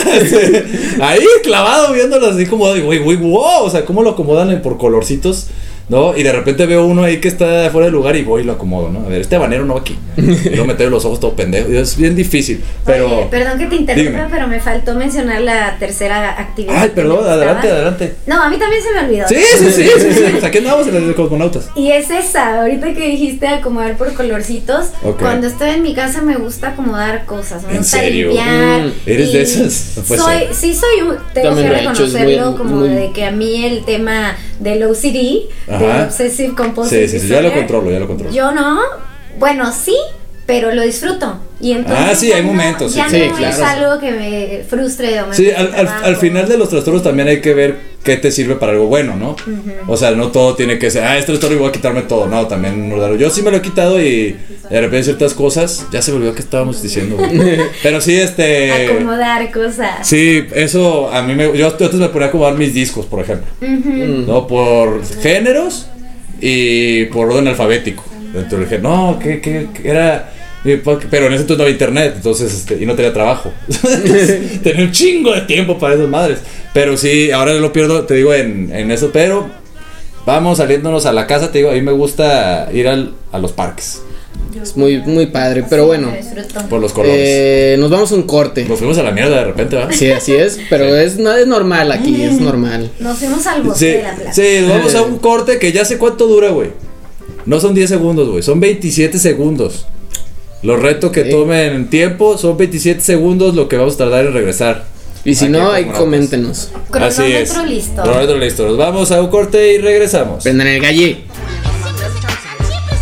Speaker 5: Ahí clavado viéndolas así como, güey, güey, wow, o sea, cómo lo acomodan en- por colorcitos. ¿No? Y de repente veo uno ahí que está fuera de lugar y voy y lo acomodo, ¿no? A ver, este banero no aquí. Y Yo meter los ojos todo pendejo. y Es bien difícil. Pero.
Speaker 7: Oye, perdón que te interrumpa,
Speaker 5: Dígame.
Speaker 7: pero me faltó mencionar la tercera actividad.
Speaker 5: Ay,
Speaker 7: que me
Speaker 5: perdón,
Speaker 7: gustaba.
Speaker 5: adelante, adelante.
Speaker 7: No, a mí también se me olvidó.
Speaker 5: Sí, sí, sí, sí, sí. Pues aquí andamos en el de cosmonautas.
Speaker 7: Y es esa, ahorita que dijiste acomodar por colorcitos,
Speaker 5: Ok.
Speaker 7: cuando estoy en mi casa me gusta acomodar cosas, me
Speaker 5: ¿En
Speaker 7: gusta
Speaker 5: serio?
Speaker 7: limpiar.
Speaker 6: Mm,
Speaker 5: ¿eres
Speaker 7: y
Speaker 5: de esas? No puede
Speaker 7: soy,
Speaker 5: ser.
Speaker 7: sí soy un, tengo
Speaker 6: También
Speaker 7: que
Speaker 6: lo he hecho, es muy-
Speaker 7: reconocerlo como
Speaker 6: muy-
Speaker 7: de que a mí el tema del OCD,
Speaker 5: Ajá.
Speaker 7: del Obsessive Compulsive
Speaker 5: Sí, sí, sí, ya lo
Speaker 7: Disorder,
Speaker 5: controlo, ya lo controlo.
Speaker 7: Yo no, bueno, sí, pero lo disfruto. Y entonces
Speaker 5: Ah, sí,
Speaker 7: ya
Speaker 5: hay
Speaker 7: no-
Speaker 5: momentos, sí,
Speaker 7: ya
Speaker 5: sí,
Speaker 7: no es
Speaker 6: claro.
Speaker 7: algo que me frustre o me
Speaker 5: Sí,
Speaker 7: cueste
Speaker 5: al, al-
Speaker 7: trabajo.
Speaker 5: al final de los trastornos también hay que ver qué te sirve para algo bueno, ¿no? O sea, no todo tiene que ser, ah, este trastorno y voy a quitarme todo. No, también no darlo. Yo sí me lo he quitado y de repente ciertas cosas, ya se me olvidó que estábamos diciendo. güey. Pero sí, este.
Speaker 7: acomodar cosas.
Speaker 5: Sí, eso a mí me. Yo antes me ponía a acomodar mis discos, por ejemplo. ¿No? Por géneros y por orden alfabético. Entonces dije, no, que, que, que era. y pa- Pero en ese entonces no había internet, entonces, este, y no tenía trabajo. tenía un chingo de tiempo para esas madres. Pero sí, ahora lo pierdo, te digo, en, en eso, pero vamos saliéndonos a la casa, te digo, a mí me gusta ir al- a los parques,
Speaker 6: Es muy, muy padre. Pero bueno,
Speaker 7: Lo disfruto.
Speaker 5: por los colores.
Speaker 6: eh, nos vamos a un corte.
Speaker 5: Nos fuimos a la mierda de repente, ¿verdad?
Speaker 6: Sí, así es. Pero es, no, es normal aquí, es normal.
Speaker 7: Nos fuimos al bosque
Speaker 5: Sí,
Speaker 7: de la plaza.
Speaker 5: sí, nos vamos a un corte que ya sé cuánto dura, güey. No son 10 segundos, güey, son 27 segundos. Los retos que
Speaker 6: Ok.
Speaker 5: tomen tiempo son 27 segundos lo que vamos a tardar en regresar.
Speaker 6: Y si
Speaker 5: Aquí
Speaker 6: no,
Speaker 5: como
Speaker 6: ahí
Speaker 5: notas.
Speaker 6: coméntenos.
Speaker 7: Cronómetro
Speaker 5: Así es.
Speaker 7: listo.
Speaker 5: Cronómetro listo. Nos vamos a un corte y regresamos.
Speaker 6: Prendan el galle.
Speaker 3: Dame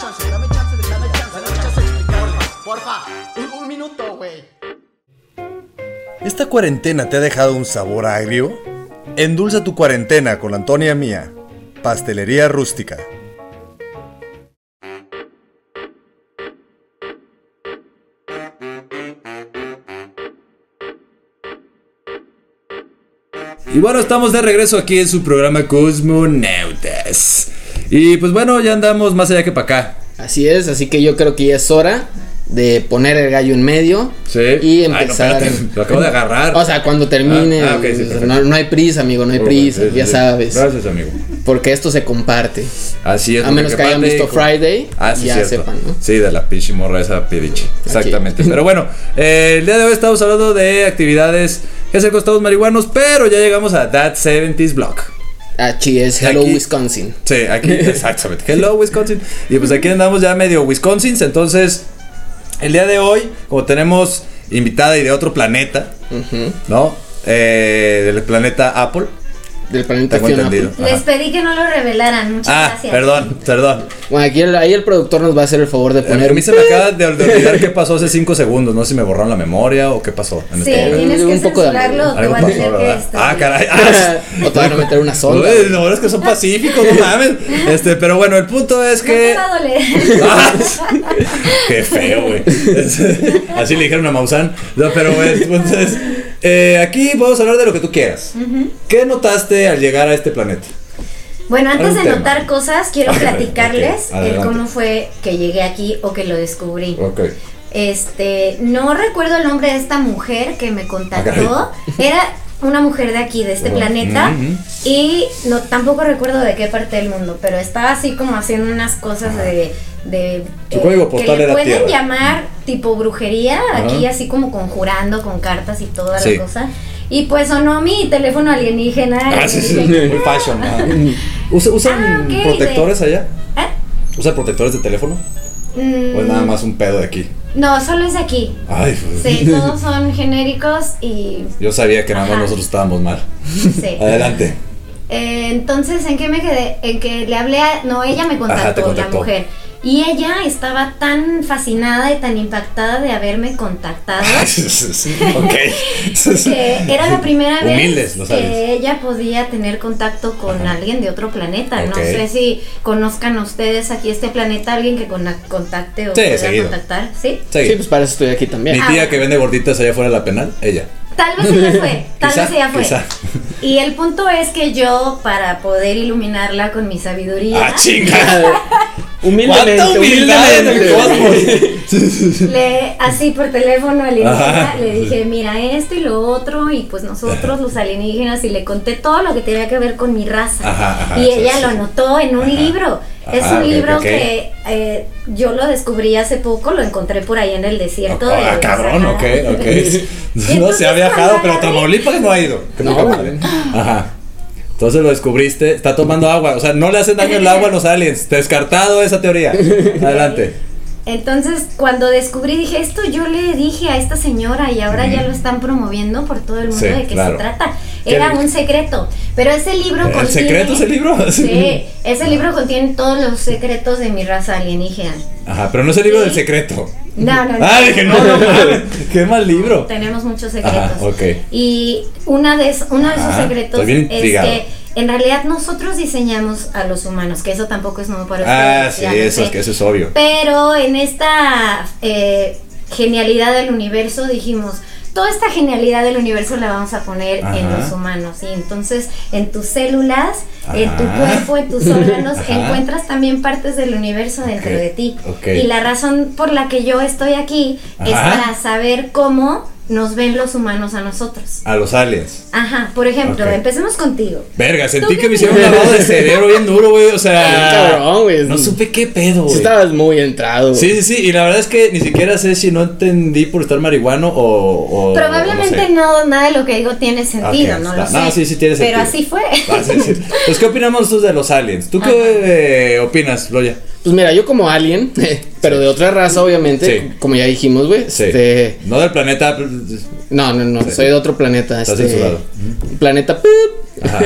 Speaker 3: chance de dame chance, dame chance de explicarme. Porfa, un, un minuto, güey.
Speaker 8: ¿Esta cuarentena te ha dejado un sabor agrio? Endulza tu cuarentena con Antonia Mía, Pastelería Rústica.
Speaker 5: Y bueno, estamos de regreso aquí en su programa Cosmonautas. Y pues bueno, ya andamos más allá que para acá.
Speaker 6: Así es, así que yo creo que ya es hora de poner el gallo en medio
Speaker 5: Sí.
Speaker 6: y
Speaker 5: Ay, no,
Speaker 6: empezar.
Speaker 5: espérate, lo acabo de agarrar.
Speaker 6: O sea, cuando termine.
Speaker 5: Ah, ah, ok, sí,
Speaker 6: o sea,
Speaker 5: perfecto.
Speaker 6: no, no hay prisa, amigo, no hay prisa,
Speaker 5: Sí, sí,
Speaker 6: ya
Speaker 5: sí.
Speaker 6: sabes.
Speaker 5: Gracias, amigo.
Speaker 6: Porque esto se comparte.
Speaker 5: Así es.
Speaker 6: A menos que hayan
Speaker 5: parte-
Speaker 6: visto Friday,
Speaker 5: Ah, sí,
Speaker 6: ya
Speaker 5: cierto.
Speaker 6: sepan, ¿no?
Speaker 5: Sí, de la pinche morra esa pediche. Exactamente. Pero bueno, eh, el día de hoy estamos hablando de actividades que se costados marihuanos, pero ya llegamos a That 70s Block.
Speaker 6: Aquí es Hello,
Speaker 5: Aquí-
Speaker 6: Wisconsin.
Speaker 5: Sí, aquí, exactamente. Hello, Wisconsin. Y pues aquí andamos ya medio Wisconsin. Entonces, el día de hoy, como tenemos invitada y de otro planeta,
Speaker 6: Ujú,
Speaker 5: ¿no? Eh, del planeta Apple.
Speaker 6: Del planeta
Speaker 5: Tengo
Speaker 6: Fiona.
Speaker 5: entendido.
Speaker 7: Les
Speaker 5: Ajá.
Speaker 7: pedí que no lo revelaran, muchas
Speaker 5: Ah,
Speaker 7: gracias.
Speaker 5: perdón, perdón.
Speaker 6: Bueno, aquí el- ahí el productor nos va a hacer el favor de
Speaker 5: A mí,
Speaker 6: poner.
Speaker 5: a mí se me acaba de de olvidar qué pasó hace 5 segundos. No sé si me borraron la memoria o qué pasó. En este
Speaker 7: Sí,
Speaker 5: momento.
Speaker 7: tienes que
Speaker 6: Un poco de
Speaker 7: censurarlo, te
Speaker 5: Algo
Speaker 7: voy a
Speaker 5: pasó,
Speaker 7: tener que...
Speaker 5: ¿verdad?
Speaker 7: este,
Speaker 5: Ah, caray.
Speaker 6: O te van a meter una sonda.
Speaker 5: Uy, No, es que son pacíficos, no mames. Este, pero bueno, el punto es
Speaker 7: No te
Speaker 5: que.
Speaker 7: va a doler.
Speaker 5: Ah, qué feo, güey. Así le dijeron a Maussan. No, pero bueno, entonces. eh, aquí vamos a hablar de lo que tú quieras. ¿Qué notaste al llegar a este planeta?
Speaker 7: Bueno, antes
Speaker 5: Algún
Speaker 7: de
Speaker 5: tema.
Speaker 7: notar cosas, quiero
Speaker 5: Ah, ok,
Speaker 7: platicarles el
Speaker 5: adelante.
Speaker 7: cómo fue que llegué aquí o que lo descubrí.
Speaker 5: Ok.
Speaker 7: Este, no recuerdo el nombre de esta mujer que me contactó. Era una mujer de aquí, de este planeta.
Speaker 5: Ujú.
Speaker 7: Y no, tampoco recuerdo de qué parte del mundo, pero estaba así como haciendo unas cosas de. de
Speaker 5: Su código postal
Speaker 7: que le
Speaker 5: era
Speaker 7: pueden
Speaker 5: tierra.
Speaker 7: llamar tipo brujería,
Speaker 5: Ajá.
Speaker 7: aquí así como conjurando con cartas y toda
Speaker 5: Sí.
Speaker 7: la cosa. Y pues sonó mi teléfono alienígena.
Speaker 5: Ah,
Speaker 7: y
Speaker 5: sí, sí,
Speaker 7: dije,
Speaker 5: muy fashion. ah. ¿Usa- ¿Usan
Speaker 7: Ah, ok,
Speaker 5: protectores allá?
Speaker 7: ¿Eh?
Speaker 5: ¿Usan protectores de teléfono?
Speaker 7: mm,
Speaker 5: Pues nada más un pedo de aquí.
Speaker 7: No, solo es de aquí.
Speaker 5: Ay, pues,
Speaker 7: Sí, todos son genéricos y
Speaker 5: Yo sabía que nada más
Speaker 7: Ajá.
Speaker 5: nosotros estábamos mal.
Speaker 7: sí.
Speaker 5: Adelante.
Speaker 7: Eh, entonces, ¿en qué me quedé? En que le hablé a... No, ella me contactó,
Speaker 5: Ajá, te contactó.
Speaker 7: la mujer. Y ella estaba tan fascinada y tan impactada de haberme contactado
Speaker 5: ok.
Speaker 7: que era la primera vez
Speaker 5: Humildes, lo sabes.
Speaker 7: que ella podía tener contacto con
Speaker 5: Ajá.
Speaker 7: alguien de otro planeta. No
Speaker 5: Ok.
Speaker 7: sé si conozcan ustedes aquí este planeta, alguien que cona- contacte o
Speaker 5: Sí,
Speaker 7: pueda
Speaker 5: seguido.
Speaker 7: contactar. ¿Sí?
Speaker 5: Seguí.
Speaker 6: Sí, pues para eso estoy aquí
Speaker 5: Mi
Speaker 6: también.
Speaker 7: Ah,
Speaker 5: tía
Speaker 7: bueno.
Speaker 5: que vende gorditas allá fuera de la penal, ella.
Speaker 7: Tal vez ella fue, tal
Speaker 5: Quizá,
Speaker 7: vez ella fue.
Speaker 5: quizá.
Speaker 7: Y el punto es que yo, para poder iluminarla con mi sabiduría,
Speaker 5: ¡Ah, chinga!
Speaker 6: Humildemente, humildemente.
Speaker 7: le, así por teléfono alienígena,
Speaker 5: Ajá.
Speaker 7: le dije, mira esto y lo otro, y pues nosotros los alienígenas, y le conté todo lo que tenía que ver con mi raza.
Speaker 5: Ajá, ajá,
Speaker 7: y
Speaker 5: sí,
Speaker 7: ella
Speaker 5: sí.
Speaker 7: lo anotó en un
Speaker 5: Ajá.
Speaker 7: libro. Es
Speaker 5: Ajá,
Speaker 7: un
Speaker 5: ok,
Speaker 7: libro
Speaker 5: ok, ok.
Speaker 7: que eh, yo lo descubrí hace poco, lo encontré por ahí en el desierto. de
Speaker 5: Ah, cabrón, ok,
Speaker 7: Sahara.
Speaker 5: ok. No
Speaker 7: entonces,
Speaker 5: se ha viajado,
Speaker 7: cuando
Speaker 5: pero
Speaker 7: la vi-
Speaker 5: Tamaulipas no ha ido. Qué poca madre. Ajá. Entonces lo descubriste, está tomando agua. O sea, no le hacen daño el agua a los aliens. Descartado esa teoría. Adelante.
Speaker 7: Entonces, cuando descubrí, dije, esto yo le dije a esta señora y ahora ya lo están promoviendo por todo el mundo
Speaker 5: Sí,
Speaker 7: de qué
Speaker 5: claro.
Speaker 7: se trata.
Speaker 5: Qué
Speaker 7: Era
Speaker 5: rico.
Speaker 7: un secreto, pero ese libro
Speaker 5: ¿El
Speaker 7: contiene...
Speaker 5: secreto ese libro? Ah.
Speaker 7: Sí, ese libro contiene todos los secretos de mi raza alienígena.
Speaker 5: Ajá, pero no es el libro del secreto.
Speaker 7: No, no, no.
Speaker 5: Ah, dije, no, no mames. Qué mal libro.
Speaker 7: Tenemos muchos secretos.
Speaker 5: Ajá, ok.
Speaker 7: Y una de, es- uno de esos
Speaker 5: Ajá,
Speaker 7: secretos
Speaker 5: estoy bien
Speaker 7: es
Speaker 5: intrigado.
Speaker 7: que en realidad nosotros diseñamos a los humanos, que eso tampoco es nuevo para
Speaker 5: Ah,
Speaker 7: ustedes.
Speaker 5: sí,
Speaker 7: ya lo
Speaker 5: eso,
Speaker 7: sé.
Speaker 5: es que eso es obvio.
Speaker 7: Pero en esta eh, genialidad del universo dijimos, toda esta genialidad del universo la vamos a poner en
Speaker 5: Ajá.
Speaker 7: los humanos. Y entonces en tus células, en tu
Speaker 5: Ajá.
Speaker 7: cuerpo, en tus órganos,
Speaker 5: Ah. Ajá.
Speaker 7: encuentras también partes del universo dentro
Speaker 5: Ok,
Speaker 7: de ti.
Speaker 5: ok.
Speaker 7: Y la razón por la que yo estoy aquí es
Speaker 5: Ajá.
Speaker 7: para saber cómo nos ven los humanos a nosotros.
Speaker 5: A los aliens.
Speaker 7: Ajá, por ejemplo,
Speaker 5: Ok.
Speaker 7: empecemos contigo.
Speaker 5: Verga,
Speaker 7: ¿Tú
Speaker 5: sentí
Speaker 7: qué
Speaker 5: que me hicieron un
Speaker 7: opinas?
Speaker 5: lavado de cerebro bien duro, güey. O sea.
Speaker 6: Ay, cabrón, güey.
Speaker 5: No supe qué pedo,
Speaker 6: Sí
Speaker 5: güey.
Speaker 6: estabas muy entrado.
Speaker 5: Sí, sí, sí. Y la verdad es que ni siquiera sé si no entendí por estar marihuano o. o-
Speaker 7: Probablemente
Speaker 5: Oh, no.
Speaker 7: no, nada de lo que digo tiene sentido,
Speaker 5: Ok,
Speaker 7: no
Speaker 5: está.
Speaker 7: lo sé.
Speaker 5: No, sí, sí tiene
Speaker 7: Pero así
Speaker 5: sentido.
Speaker 7: fue.
Speaker 5: sé. Ah, sí, sí. Pues, ¿qué opinamos nosotros de los aliens? ¿Tú qué eh, opinas, Loya?
Speaker 6: Pues mira, yo como alien, pero de otra raza, obviamente,
Speaker 5: Sí.
Speaker 6: como ya dijimos, güey.
Speaker 5: Sí.
Speaker 6: Este,
Speaker 5: No del planeta. pues,
Speaker 6: No, no, no,
Speaker 5: Sí.
Speaker 6: soy de otro planeta.
Speaker 5: Estás
Speaker 6: este,
Speaker 5: censurado.
Speaker 6: Planeta pip.
Speaker 5: Ajá.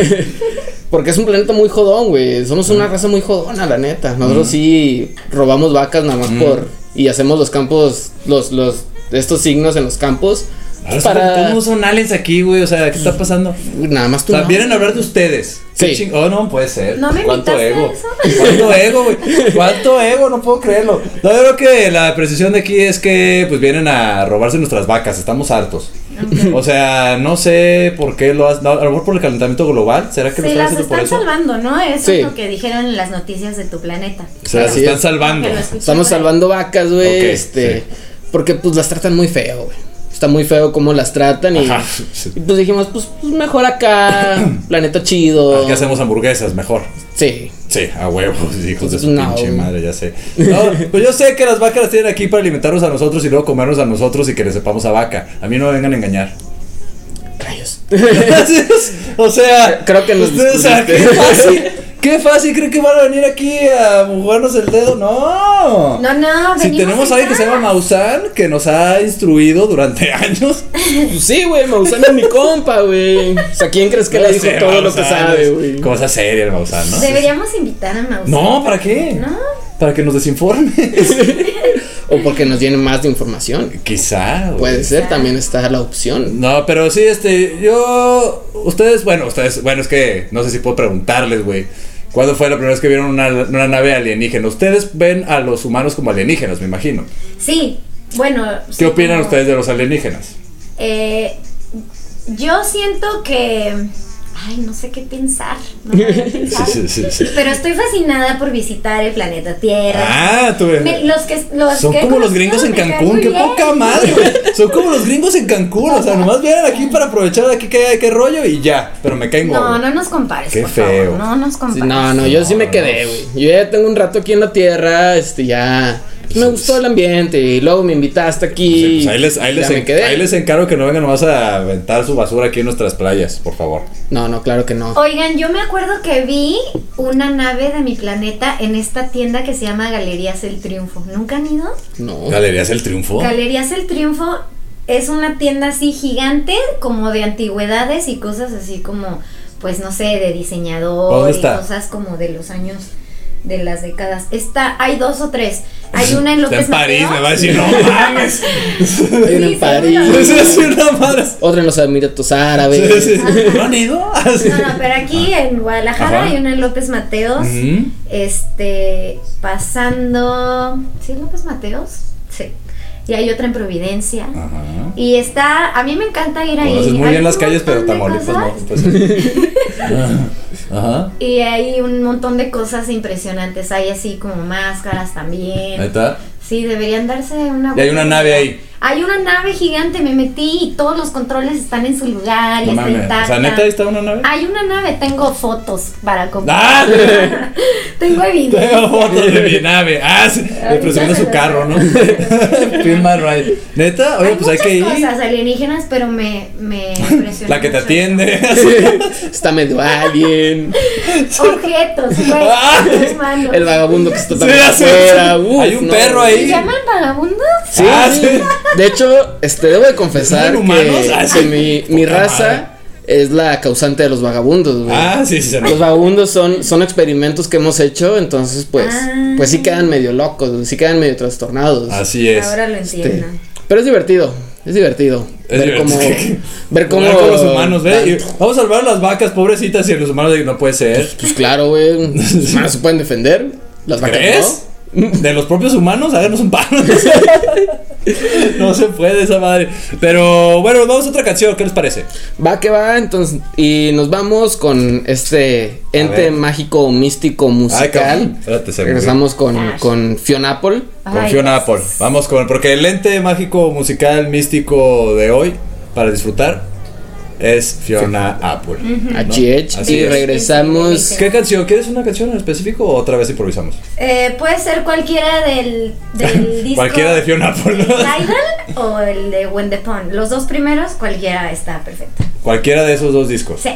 Speaker 6: Porque es un planeta muy jodón, güey. Somos una raza muy jodona, la neta. Nosotros sí robamos vacas nada más por. Y hacemos los campos, los, los, estos signos en los campos.
Speaker 5: Ahora
Speaker 6: para.
Speaker 5: ¿Cómo son aliens aquí, güey? O sea, ¿qué está pasando?
Speaker 6: Nada más tú.
Speaker 5: O sea,
Speaker 6: no.
Speaker 5: vienen a hablar de ustedes. Qué
Speaker 6: Sí.
Speaker 5: ching- Oh, no, puede ser.
Speaker 7: ¿No me
Speaker 5: ¿Cuánto
Speaker 7: invitaste
Speaker 5: ego?
Speaker 7: a eso?
Speaker 5: ¿Cuánto ego, güey? ¿Cuánto ego? No puedo creerlo. No, yo creo que la precisión de aquí es que pues vienen a robarse nuestras vacas. Estamos hartos.
Speaker 7: ejemplo.
Speaker 5: O sea, no sé por qué lo has. no, a lo mejor por el calentamiento global. ¿Será que lo
Speaker 7: Se
Speaker 5: están
Speaker 7: las
Speaker 5: haciendo por
Speaker 7: están
Speaker 5: eso?
Speaker 7: salvando, ¿no? Eso
Speaker 6: Sí.
Speaker 7: es lo que dijeron en las noticias de tu planeta.
Speaker 5: Se las
Speaker 6: Así
Speaker 5: están
Speaker 6: es.
Speaker 5: salvando.
Speaker 7: Que lo escuché
Speaker 6: Estamos
Speaker 7: por ahí.
Speaker 6: salvando vacas, güey.
Speaker 5: Ok,
Speaker 6: este.
Speaker 5: sí.
Speaker 6: Porque pues las tratan muy feo, güey. Está muy feo cómo las tratan y,
Speaker 5: Ajá, sí.
Speaker 6: y, pues dijimos, pues, pues, mejor acá, planeta chido.
Speaker 5: Aquí hacemos hamburguesas mejor.
Speaker 6: Sí.
Speaker 5: Sí, a huevos, hijos de su
Speaker 6: No.
Speaker 5: pinche madre, ya sé. No, pues yo sé que las vacas las tienen aquí para alimentarnos a nosotros y luego comernos a nosotros y que le sepamos a vaca. A mí no me vengan a engañar.
Speaker 6: Rayos.
Speaker 5: o sea,
Speaker 6: Creo que nos
Speaker 5: ustedes, o sea, qué
Speaker 6: descubriste.
Speaker 5: fácil, qué fácil creen que van a venir aquí a jugarnos el dedo. No.
Speaker 7: No, no,
Speaker 5: Si
Speaker 7: venimos
Speaker 5: tenemos a alguien que se llama
Speaker 7: acá.
Speaker 5: Maussan, que nos ha instruido durante años.
Speaker 6: Pues sí, güey, Maussan es mi compa, güey. O sea, ¿quién crees que
Speaker 5: No
Speaker 6: le dijo
Speaker 5: sé,
Speaker 6: todo lo que
Speaker 5: Maussan,
Speaker 6: sabe,
Speaker 5: es
Speaker 6: güey?
Speaker 5: Cosa seria el Maussan, ¿no?
Speaker 7: Deberíamos invitar a Maussan.
Speaker 5: No, ¿para qué?
Speaker 7: No.
Speaker 5: Para que nos desinforme.
Speaker 6: O porque nos tiene más de información.
Speaker 5: Quizá. güey.
Speaker 6: Puede ser, también está la opción.
Speaker 5: No, pero sí, este, yo, ustedes, bueno, ustedes, bueno, es que no sé si puedo preguntarles, güey. ¿Cuándo fue la primera vez que vieron una, una nave alienígena? Ustedes ven a los humanos como alienígenas, me imagino.
Speaker 7: Sí, bueno.
Speaker 5: ¿Qué opinan ustedes de los alienígenas?
Speaker 7: Eh, yo siento que. Ay, no sé qué pensar. no sé qué pensar.
Speaker 5: Sí, sí, sí, sí.
Speaker 7: Pero estoy fascinada por visitar el planeta Tierra.
Speaker 5: Ah, tú ves.
Speaker 7: Me- los que, los
Speaker 5: Son
Speaker 7: que he
Speaker 5: como los gringos
Speaker 7: conocido
Speaker 5: en
Speaker 7: me caen
Speaker 5: Cancún,
Speaker 7: muy
Speaker 5: qué
Speaker 7: bien.
Speaker 5: poca madre, güey. Son como los gringos en Cancún, o sea, nomás vienen aquí para aprovechar aquí qué, qué rollo y ya, pero me caen
Speaker 7: No,
Speaker 5: gordos.
Speaker 7: no nos compares.
Speaker 5: Qué
Speaker 7: por
Speaker 5: feo.
Speaker 7: Favor. No nos
Speaker 6: Sí,
Speaker 7: compares.
Speaker 6: no, no, yo sí me quedé, güey. Yo ya tengo un rato aquí en la tierra, este, ya. Me gustó el ambiente y luego me invitaste aquí.
Speaker 5: Pues, Sí, pues ahí les, ahí,
Speaker 6: ya
Speaker 5: les
Speaker 6: me
Speaker 5: en-
Speaker 6: quedé.
Speaker 5: ahí les encargo que no vengan nomás a aventar su basura aquí en nuestras playas, por favor.
Speaker 6: No, no, claro que no.
Speaker 7: Oigan, yo me acuerdo que vi una nave de mi planeta en esta tienda que se llama Galerías El Triunfo. ¿Nunca han ido?
Speaker 6: No.
Speaker 5: Galerías El Triunfo.
Speaker 7: Galerías El Triunfo es una tienda así gigante, como de antigüedades y cosas así como, pues no sé, de
Speaker 5: ¿Dónde
Speaker 7: diseñador y
Speaker 5: está?
Speaker 7: cosas como de los años de las décadas. Está, hay dos o tres. Hay una en
Speaker 5: Está
Speaker 7: López
Speaker 5: en París,
Speaker 7: Mateo.
Speaker 5: me va a decir, no mames.
Speaker 6: Hay una en
Speaker 7: Sí,
Speaker 6: París,
Speaker 7: seguro.
Speaker 5: Eso Pues es una madre.
Speaker 6: otra en los Emiratos Árabes.
Speaker 5: Sí, sí. ¿No han ido?
Speaker 7: Ah,
Speaker 5: Ah,
Speaker 7: No, no, pero aquí en Guadalajara
Speaker 5: Ajá.
Speaker 7: hay una en López Mateos.
Speaker 5: Ujú.
Speaker 7: Este, pasando. ¿Sí, López Mateos? Sí. Y hay otra en Providencia.
Speaker 5: Ajá.
Speaker 7: Y está. A mí me encanta ir ahí.
Speaker 5: Ah. Conoces muy
Speaker 7: Hay
Speaker 5: bien las
Speaker 7: un
Speaker 5: calles, pero
Speaker 7: montón de
Speaker 5: Tamaulipas no.
Speaker 7: cosas.
Speaker 5: Entonces, Ajá.
Speaker 7: Y hay un montón de cosas impresionantes. Hay así como máscaras también.
Speaker 5: Ahí está.
Speaker 7: Sí, deberían darse una.
Speaker 5: Y hay una nave ahí.
Speaker 7: Hay una nave gigante, me metí y todos los controles están en su lugar y
Speaker 5: No
Speaker 7: está
Speaker 5: mames. O sea,
Speaker 7: intacta. Ah,
Speaker 5: neta, ahí está una nave.
Speaker 7: Hay una nave, tengo fotos para comprar.
Speaker 5: ¡Ah!
Speaker 7: tengo evidencia.
Speaker 5: Tengo fotos de mi nave. Ah, sí. Le presumiendo su carro, ¿no? Pin my ride. Neta, oye,
Speaker 7: hay
Speaker 5: pues hay
Speaker 7: muchas
Speaker 5: que ir.
Speaker 7: cosas alienígenas, pero me, me impresiona.
Speaker 5: La que te
Speaker 7: mucho.
Speaker 5: atiende.
Speaker 6: Está medio alien.
Speaker 7: Objetos, güey.
Speaker 5: Ah.
Speaker 7: seres humanos.
Speaker 6: El vagabundo que está
Speaker 5: Sí,
Speaker 6: también
Speaker 5: así.
Speaker 6: afuera. Uf,
Speaker 5: Hay un
Speaker 6: no.
Speaker 5: perro
Speaker 7: ¿Se
Speaker 5: ahí.
Speaker 7: llaman vagabundos?
Speaker 6: Sí,
Speaker 5: Ah,
Speaker 6: sí.
Speaker 5: sí.
Speaker 6: De hecho, este debo de confesar
Speaker 5: ¿Son humanos?
Speaker 6: que,
Speaker 5: Ah, sí.
Speaker 6: que mi, mi
Speaker 5: Puta
Speaker 6: raza es la causante de los vagabundos, güey.
Speaker 5: Ah, sí, sí, se
Speaker 6: Los vagabundos son, son experimentos que hemos hecho, entonces pues,
Speaker 7: Ah.
Speaker 6: pues sí quedan medio locos, güey, sí quedan medio trastornados.
Speaker 5: Así es.
Speaker 7: Ahora lo
Speaker 6: Este,
Speaker 7: entiendo.
Speaker 6: pero es divertido, es divertido.
Speaker 5: Es
Speaker 6: ver
Speaker 5: divertido.
Speaker 6: cómo ver cómo,
Speaker 5: Como los humanos, ¿eh? ¿ve? Y Vamos a salvar a las vacas, pobrecitas, y los humanos dicen, no puede ser.
Speaker 6: Pues claro, güey, los humanos se pueden defender, las vacas
Speaker 5: ¿Crees?
Speaker 6: no.
Speaker 5: De los propios humanos, háganos un paro. no se puede esa madre. Pero bueno, vamos a otra canción, ¿qué les parece?
Speaker 6: Va que va, entonces y nos vamos con este ente
Speaker 5: ver.
Speaker 6: mágico místico
Speaker 5: cabrón.
Speaker 6: musical.
Speaker 5: Espérate, se me
Speaker 6: Regresamos con con Fionapol.
Speaker 7: Ay, pues.
Speaker 5: Confío en Apple. Vamos con, porque el lente mágico, musical, místico de hoy, para disfrutar, es Fiona Apple.
Speaker 6: HH
Speaker 5: Así
Speaker 6: y
Speaker 5: es.
Speaker 6: regresamos.
Speaker 5: ¿Qué canción? ¿Quieres una canción en específico o otra vez improvisamos?
Speaker 7: Eh, puede ser cualquiera del, del disco.
Speaker 5: Cualquiera de Fiona Apple.
Speaker 7: Tidal o el de When the Pond. Los dos primeros, cualquiera está perfecta.
Speaker 5: Cualquiera de esos dos discos.
Speaker 7: Sí.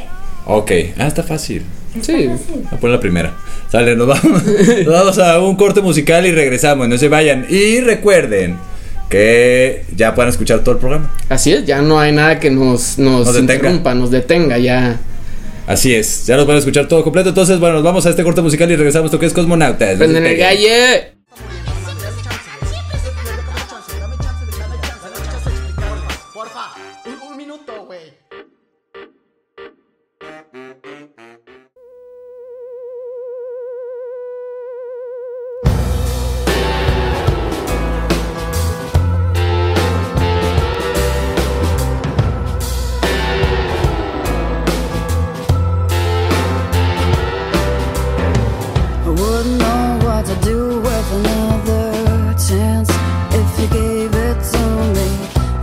Speaker 5: Ok. Ah, está fácil.
Speaker 6: Sí.
Speaker 5: A poner la primera. Sale, nos vamos, nos vamos a un corte musical y regresamos. No se vayan. Y recuerden que ya pueden escuchar todo el programa.
Speaker 6: Así es, ya no hay nada que nos, nos,
Speaker 5: Nos detenga.
Speaker 6: interrumpa, nos detenga, ya.
Speaker 5: Así es. Ya nos pueden escuchar todo completo. Entonces, bueno, nos vamos a este corte musical y regresamos. Esto que es Cosmonautas. No se
Speaker 6: Prenden Pues, el
Speaker 5: peguen.
Speaker 6: galle.
Speaker 3: Dame chance de dame chance, dame chance de explicar, porfa. Un, un minuto, güey.
Speaker 9: Thank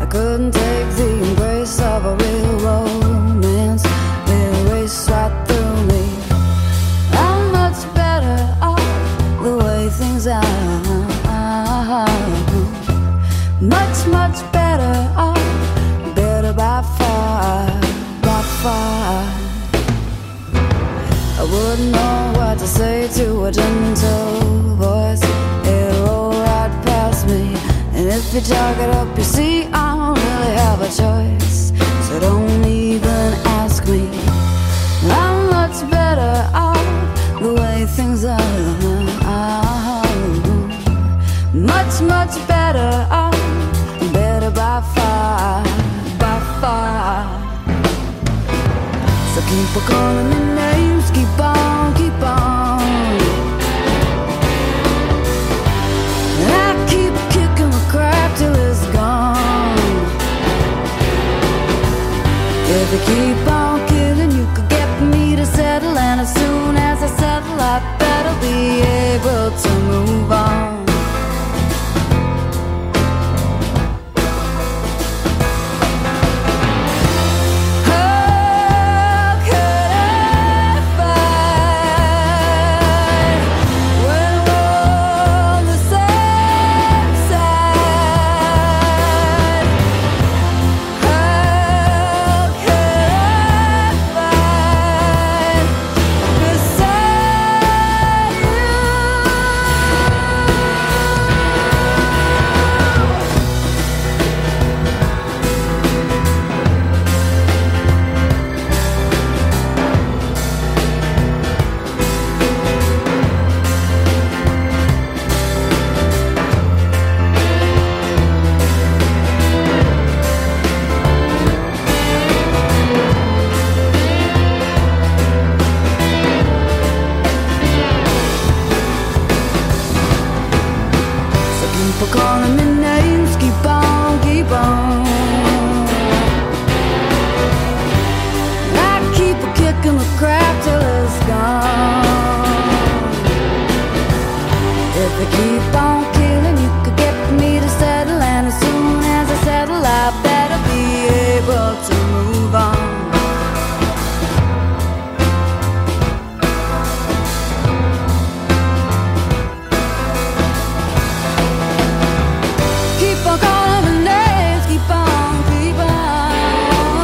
Speaker 9: couldn't take the embrace of a real romance. They raced right through me. I'm much better off the way things are. Much, much better off. Better by far, by far. I wouldn't know what to say to a gentle voice. It rolled right past me. And if you talk it up, you see, I don't really have a choice. So don't even ask me. I'm much better off the way things are. Much, much better off. Better by far, by far. So keep on calling the names, keep on, keep on. And I keep kicking the crap till it's gone. If you keep on killing, you could get me to settle. And as soon as I settle, I better be able to move on. How could I fight when we're on the same side? How could I fight beside you? So keep on calling me names, keep on, keep on. And I keep on kicking the crap till it's gone. If they keep on killing, you could get me to settle, and as soon as I settle, I better be able to move on. Keep on calling my names, keep on, keep on.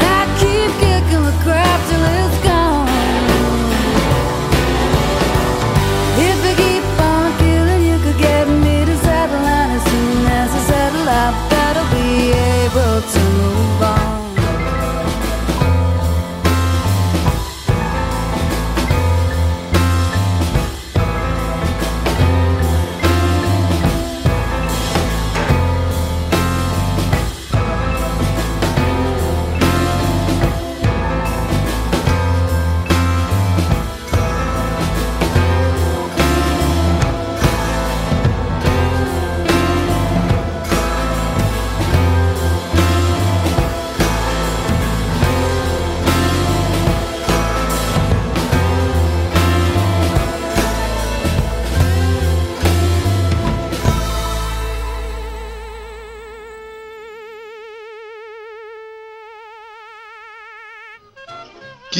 Speaker 9: And I keep kicking the crap till it's gone. If you keep on killing, you could get me to settle, and as soon as I settle, I better be able to move on.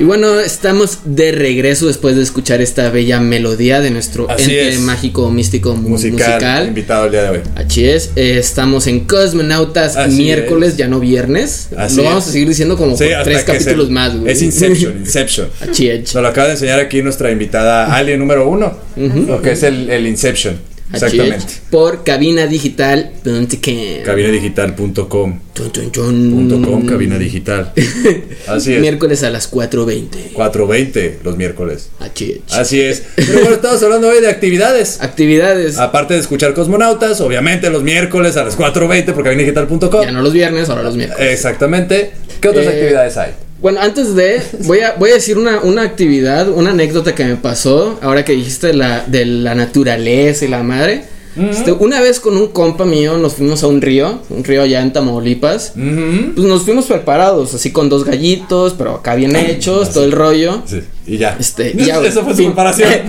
Speaker 6: Y bueno, estamos de regreso después de escuchar esta bella melodía de nuestro
Speaker 5: Así
Speaker 6: ente
Speaker 5: es.
Speaker 6: mágico místico mu-
Speaker 5: Musical,
Speaker 6: musical.
Speaker 5: invitado el día de hoy.
Speaker 6: Así es, eh, estamos en Cosmonautas
Speaker 5: Así
Speaker 6: miércoles,
Speaker 5: es.
Speaker 6: ya no viernes.
Speaker 5: Así
Speaker 6: Lo vamos
Speaker 5: es.
Speaker 6: a seguir diciendo como
Speaker 5: Sí,
Speaker 6: por
Speaker 5: hasta
Speaker 6: tres
Speaker 5: que se-
Speaker 6: capítulos más, güey.
Speaker 5: Es Inception, Inception.
Speaker 6: Así es.
Speaker 5: Nos lo acaba de enseñar aquí nuestra invitada Alien número uno, lo que es el, el Inception.
Speaker 6: Así es.
Speaker 5: Exactamente.
Speaker 6: Por cabinadigital.com.
Speaker 5: Cabinadigital.com.
Speaker 6: Chun, chun, chun.
Speaker 5: Punto com, cabina digital. Así es.
Speaker 6: Miércoles a las 4.20.
Speaker 5: 4.20 los miércoles.
Speaker 6: Así es.
Speaker 5: Así es. Pero bueno, estamos hablando hoy de actividades.
Speaker 6: Actividades.
Speaker 5: Aparte de escuchar cosmonautas, obviamente los miércoles a las 4.20 por cabinadigital.com.
Speaker 6: Ya no los viernes, ahora los miércoles.
Speaker 5: Exactamente. ¿Qué otras
Speaker 6: Eh,
Speaker 5: actividades hay?
Speaker 6: Bueno, antes de, voy a, voy a decir una, una actividad, una anécdota que me pasó, ahora que dijiste la, de la naturaleza y la madre. Este, una vez con un compa mío nos fuimos a un río, un río allá en Tamaulipas. Pues nos fuimos preparados, así con dos gallitos, pero acá bien hechos, todo el rollo.
Speaker 5: Sí, y ya.
Speaker 6: Este, y ya, güey.
Speaker 5: Esa fue su
Speaker 6: Fin.
Speaker 5: preparación.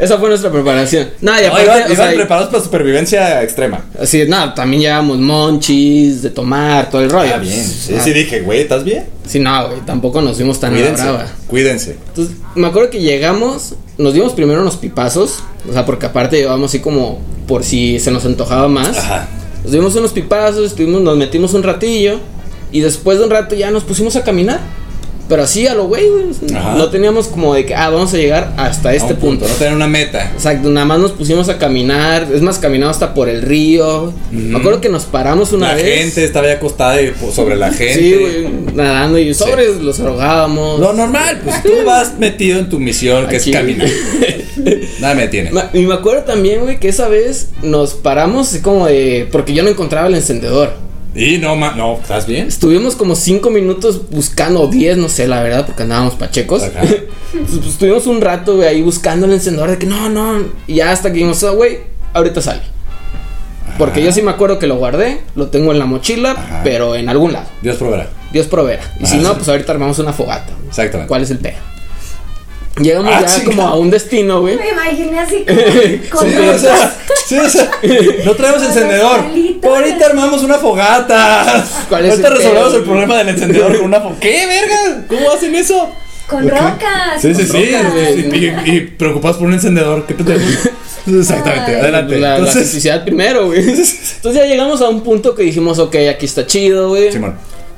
Speaker 6: Esa fue nuestra preparación. No, y
Speaker 5: No,
Speaker 6: aparte,
Speaker 5: iban,
Speaker 6: o
Speaker 5: iban
Speaker 6: sea,
Speaker 5: preparados para supervivencia extrema.
Speaker 6: así, no, también llevamos monchis, de tomar, todo el rollo.
Speaker 5: Ah, bien. Sí,
Speaker 6: Ah,
Speaker 5: sí dije, güey, ¿estás bien?
Speaker 6: sí, no, güey, tampoco nos fuimos tan a la
Speaker 5: Cuídense.
Speaker 6: brava. Este
Speaker 5: Cuídense.
Speaker 6: Entonces, me acuerdo que llegamos, nos dimos primero unos pipazos, o sea, porque aparte llevábamos así como por si se nos antojaba más.
Speaker 5: Ajá.
Speaker 6: Nos dimos unos pipazos, estuvimos, nos metimos un ratillo y después de un rato ya nos pusimos a caminar. Pero así a lo güey, güey, o sea,
Speaker 5: Ajá.
Speaker 6: no teníamos como de que, ah, vamos a llegar hasta
Speaker 5: A
Speaker 6: este
Speaker 5: un
Speaker 6: punto.
Speaker 5: No tener una meta.
Speaker 6: Exacto, nada más nos pusimos a caminar, es más, caminamos hasta por el río. Me acuerdo que nos paramos una
Speaker 5: la
Speaker 6: vez.
Speaker 5: gente estaba ya acostada y, pues, sobre la gente.
Speaker 6: Sí, güey, nadando y sobres, los arrojábamos.
Speaker 5: Lo normal, pues tú vas metido en tu misión que
Speaker 6: Aquí.
Speaker 5: es caminar. Nada me tiene.
Speaker 6: Ma- Y me acuerdo también, güey, que esa vez nos paramos así como de. Porque yo no encontraba el encendedor.
Speaker 5: Y no, ma- no, ¿estás bien?
Speaker 6: Estuvimos como 5 minutos buscando, 10, no sé, la verdad, porque andábamos pachecos.
Speaker 5: Ajá.
Speaker 6: Pues, pues, estuvimos un rato, güey, ahí buscando el encendedor de que no, no. Y ya hasta que dijimos, "Ah, güey, ahorita sale. Porque yo sí me acuerdo que lo guardé, lo tengo en la mochila,
Speaker 5: Ajá. Ah,
Speaker 6: pero en algún lado.
Speaker 5: Dios proveerá.
Speaker 6: Dios proveerá. Y si
Speaker 5: Ajá.
Speaker 6: no, pues ahorita armamos una fogata.
Speaker 5: Exactamente.
Speaker 6: ¿Cuál es el pedo? Llegamos
Speaker 5: Ah,
Speaker 6: ya
Speaker 5: chinga.
Speaker 6: como a un destino, güey.
Speaker 7: Me imaginé así como con
Speaker 5: Sí, o sea, sí, o sea, no traemos encendedor.
Speaker 7: Palitos.
Speaker 5: Ahorita armamos una fogata.
Speaker 6: ¿Cuál es
Speaker 5: Ahorita
Speaker 6: el
Speaker 5: resolvemos
Speaker 6: pedo?
Speaker 5: el problema del encendedor con una fogata. ¿Qué, verga? ¿Cómo hacen eso?
Speaker 7: con rocas.
Speaker 5: Sí, sí,
Speaker 7: con
Speaker 5: sí.
Speaker 7: rocas.
Speaker 5: sí, Y, y preocupados por un encendedor. ¿Qué pendejo? Exactamente.
Speaker 7: Ay.
Speaker 5: Adelante.
Speaker 6: La, la
Speaker 5: Entonces,
Speaker 6: felicidad primero, güey. Entonces ya llegamos a un punto que dijimos, ok, aquí está chido, güey.
Speaker 5: Simón.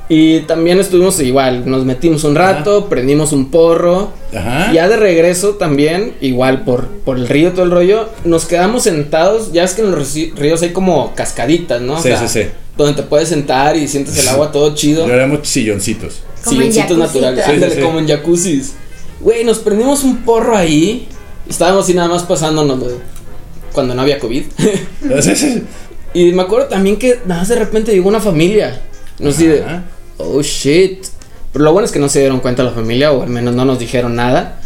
Speaker 6: Y también estuvimos igual, nos metimos un rato, prendimos un porro.
Speaker 5: Ajá.
Speaker 6: Ya de regreso también, igual por, por el río, todo el rollo, nos quedamos sentados. Ya es que en los rí- ríos hay como cascaditas, ¿no? O
Speaker 5: Sí, sí, sí.
Speaker 6: Donde te puedes sentar y sientes el agua todo chido.
Speaker 5: Yo éramos silloncitos.
Speaker 7: Como en
Speaker 6: Silloncitos
Speaker 7: jacuzzi,
Speaker 6: naturales,
Speaker 7: Sí, sí,
Speaker 6: ándale,
Speaker 5: sí.
Speaker 6: como en jacuzzis. Güey, nos prendimos un porro ahí. Estábamos así nada más pasándonos güey, cuando no había COVID. Y me acuerdo también que nada más de repente llegó una familia. No sé, de,
Speaker 5: Ajá.
Speaker 6: oh shit. Pero lo bueno es que no se dieron cuenta la familia, o al menos no nos dijeron nada.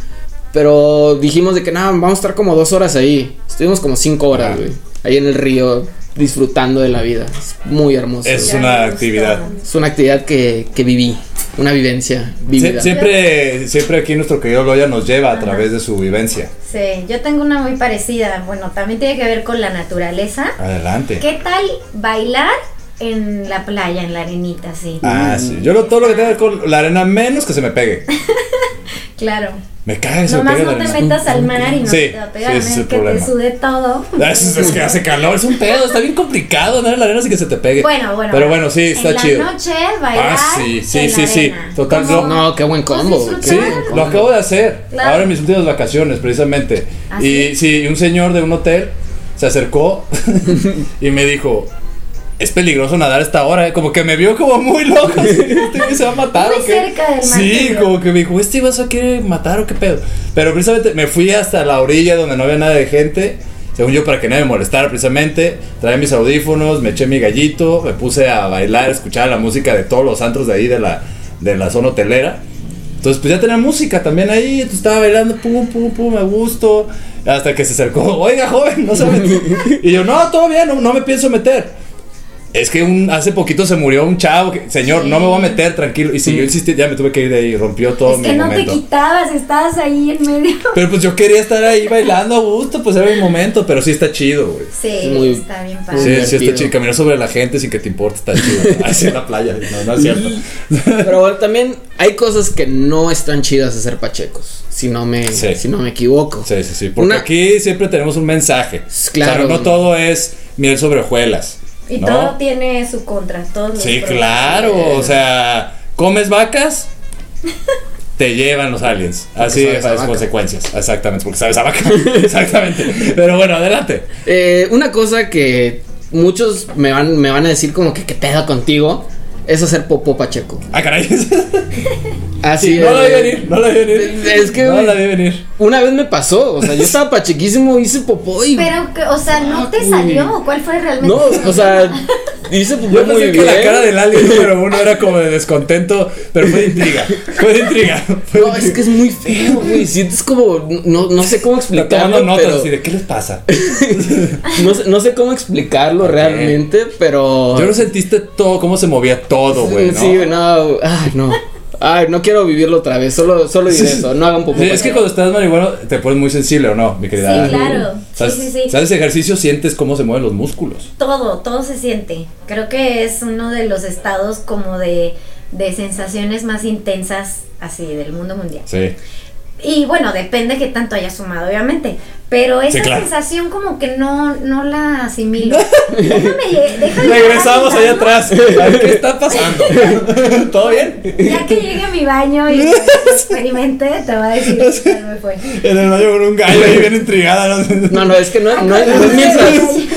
Speaker 6: Pero dijimos de que nada, vamos a estar como dos horas ahí. Estuvimos como cinco horas,
Speaker 5: Ajá.
Speaker 6: güey. Ahí en el río, disfrutando de la vida. Es muy hermoso.
Speaker 5: Es
Speaker 6: güey.
Speaker 5: una
Speaker 7: me gusta.
Speaker 5: actividad.
Speaker 6: Es una actividad que, que viví. Una vivencia
Speaker 5: Sie-
Speaker 6: vivida.
Speaker 5: siempre, siempre aquí nuestro querido Loya nos lleva a través de su vivencia.
Speaker 7: Sí, yo tengo una muy parecida. Bueno, también tiene que ver con la naturaleza.
Speaker 5: Adelante.
Speaker 7: ¿Qué tal bailar en la playa, en la arenita, sí?
Speaker 5: Ah, sí. Yo lo- todo lo que tenga que ver con la arena, menos que se me pegue.
Speaker 7: Claro.
Speaker 5: Me cae que se me
Speaker 7: Nomás
Speaker 5: pegue
Speaker 7: no
Speaker 5: la
Speaker 7: te
Speaker 5: arena.
Speaker 7: metas al mar y no
Speaker 5: Sí,
Speaker 7: se te va a pegar,
Speaker 5: sí, ese
Speaker 7: ¿no?
Speaker 5: es el
Speaker 7: que
Speaker 5: problema.
Speaker 7: te sude todo.
Speaker 5: Es, es que hace calor, es un pedo, está bien complicado andar en la arena sin que se te pegue.
Speaker 7: Bueno, bueno.
Speaker 5: Pero bueno, sí, está
Speaker 7: en
Speaker 5: chido.
Speaker 7: La noche bailar.
Speaker 5: Ah, sí, sí,
Speaker 7: en la
Speaker 5: sí, sí.
Speaker 7: arena.
Speaker 5: Total,
Speaker 7: Como-
Speaker 6: No, qué buen combo.
Speaker 7: Pues
Speaker 6: güey.
Speaker 5: Sí,
Speaker 7: disfrutar.
Speaker 5: lo acabo de hacer.
Speaker 7: Claro.
Speaker 5: Ahora en mis últimas vacaciones, precisamente.
Speaker 7: ¿Ah,
Speaker 5: Y sí, un señor de un hotel se acercó y me dijo. Es peligroso nadar a esta hora, ¿eh?". como que me vio como muy loco. así, Este güey se va a matar
Speaker 7: Muy
Speaker 5: o qué?".
Speaker 7: cerca del
Speaker 5: Sí,
Speaker 7: martirio.
Speaker 5: como que me dijo, "Este vas a querer matar o qué pedo." Pero precisamente me fui hasta la orilla donde no había nada de gente, según yo para que nadie me molestara precisamente. Traía mis audífonos, me eché mi gallito, me puse a bailar, escuchaba la música de todos los antros de ahí de la de la zona hotelera. Entonces, pues ya tenía música también ahí. Entonces estaba bailando, pum, pum, pum, a gusto. Hasta que se acercó, oiga, joven, no se mete". Y yo, no, todavía no, no me pienso meter. Es que un, hace poquito se murió un chavo. que, Señor, no me voy a meter, tranquilo. Y siguió insistiendo, ya me tuve que ir de ahí. Rompió todo
Speaker 7: Es
Speaker 5: mi
Speaker 7: que no te
Speaker 5: momento.
Speaker 7: quitabas, estabas ahí en medio.
Speaker 5: pero pues yo quería estar ahí bailando a gusto, pues era mi momento. Pero sí está chido, güey.
Speaker 7: Sí,
Speaker 6: Muy-
Speaker 7: está bien padre.
Speaker 5: Sí, sí está
Speaker 6: divertido.
Speaker 5: chido. Caminar sobre la gente sin que te importe está chido. Así en la playa. No, no es cierto.
Speaker 6: Pero bueno, también hay cosas que no están chidas de ser pachecos, si no me,
Speaker 5: Sí.
Speaker 6: si no me equivoco.
Speaker 5: Sí, sí, sí. Porque
Speaker 6: Una-
Speaker 5: aquí siempre tenemos un mensaje.
Speaker 6: Claro.
Speaker 5: O sea, no todo es miel sobre hojuelas.
Speaker 7: Y
Speaker 5: ¿no?
Speaker 7: todo tiene su contra, todos los
Speaker 5: Sí,
Speaker 7: pros.
Speaker 5: claro. O sea, comes vacas, te llevan los aliens. Así
Speaker 6: sabes
Speaker 5: es
Speaker 6: a
Speaker 5: las
Speaker 6: vaca.
Speaker 5: consecuencias. Exactamente, porque sabes a vaca. Exactamente. Pero bueno, adelante.
Speaker 6: Eh, una cosa que muchos me van, me van a decir como que qué pedo contigo es hacer popó pacheco.
Speaker 5: Ah, caray.
Speaker 6: Así
Speaker 5: no la vi
Speaker 6: eh,
Speaker 5: venir, no la vi venir.
Speaker 6: Es que,
Speaker 5: No
Speaker 6: güey,
Speaker 5: la vi venir.
Speaker 6: una vez me pasó, o sea, yo estaba pachequísimo, hice popó y...
Speaker 7: Pero, que- o sea, ¿no te salió? ¿Cuál fue realmente?
Speaker 6: no,
Speaker 7: el
Speaker 6: o sea,
Speaker 7: problema?
Speaker 6: dice
Speaker 5: Yo
Speaker 6: muy
Speaker 5: pensé
Speaker 6: bien.
Speaker 5: que la cara del alien número uno era como de descontento, pero fue de intriga. Fue de intriga. Fue de
Speaker 6: No, es
Speaker 5: intriga.
Speaker 6: que es muy feo, güey. Sientes como. No, no sé cómo
Speaker 5: Está
Speaker 6: explicarlo.
Speaker 5: tomando notas
Speaker 6: pero
Speaker 5: así de qué les pasa.
Speaker 6: no, sé, no sé cómo explicarlo realmente, pero.
Speaker 5: Yo no sentiste todo, cómo se movía todo, güey. ¿no?
Speaker 6: Sí, no. Ay, no. Ay, no quiero vivirlo otra vez. Solo, solo diré eso. No hagan popó.
Speaker 5: Sí, es que cuando estás marihuano te pones muy sensible, ¿o no, mi querida?
Speaker 7: Sí,
Speaker 5: Ana?
Speaker 7: claro.
Speaker 5: ¿Sabes,
Speaker 7: Sí, sí, sí.
Speaker 5: ¿Sabes ejercicio? Sientes cómo se mueven los músculos.
Speaker 7: Todo, todo se siente. Creo que es uno de los estados como de, de sensaciones más intensas así del mundo mundial.
Speaker 5: Sí.
Speaker 7: Y bueno, depende qué tanto hayas fumado, obviamente. Pero esa
Speaker 5: Sí, claro.
Speaker 7: sensación como que no, no la asimilo. déjame, lle- déjame
Speaker 5: Regresamos allá
Speaker 7: llegar a mi baño,
Speaker 5: atrás. A ver, ¿Qué está pasando? ¿Todo bien?
Speaker 7: Ya que llegue a mi baño y lo experimente, te va a decir qué tal me fue.
Speaker 5: En el baño con un gallo ahí bien intrigada.
Speaker 6: No, no, es que no, no, no es mientras.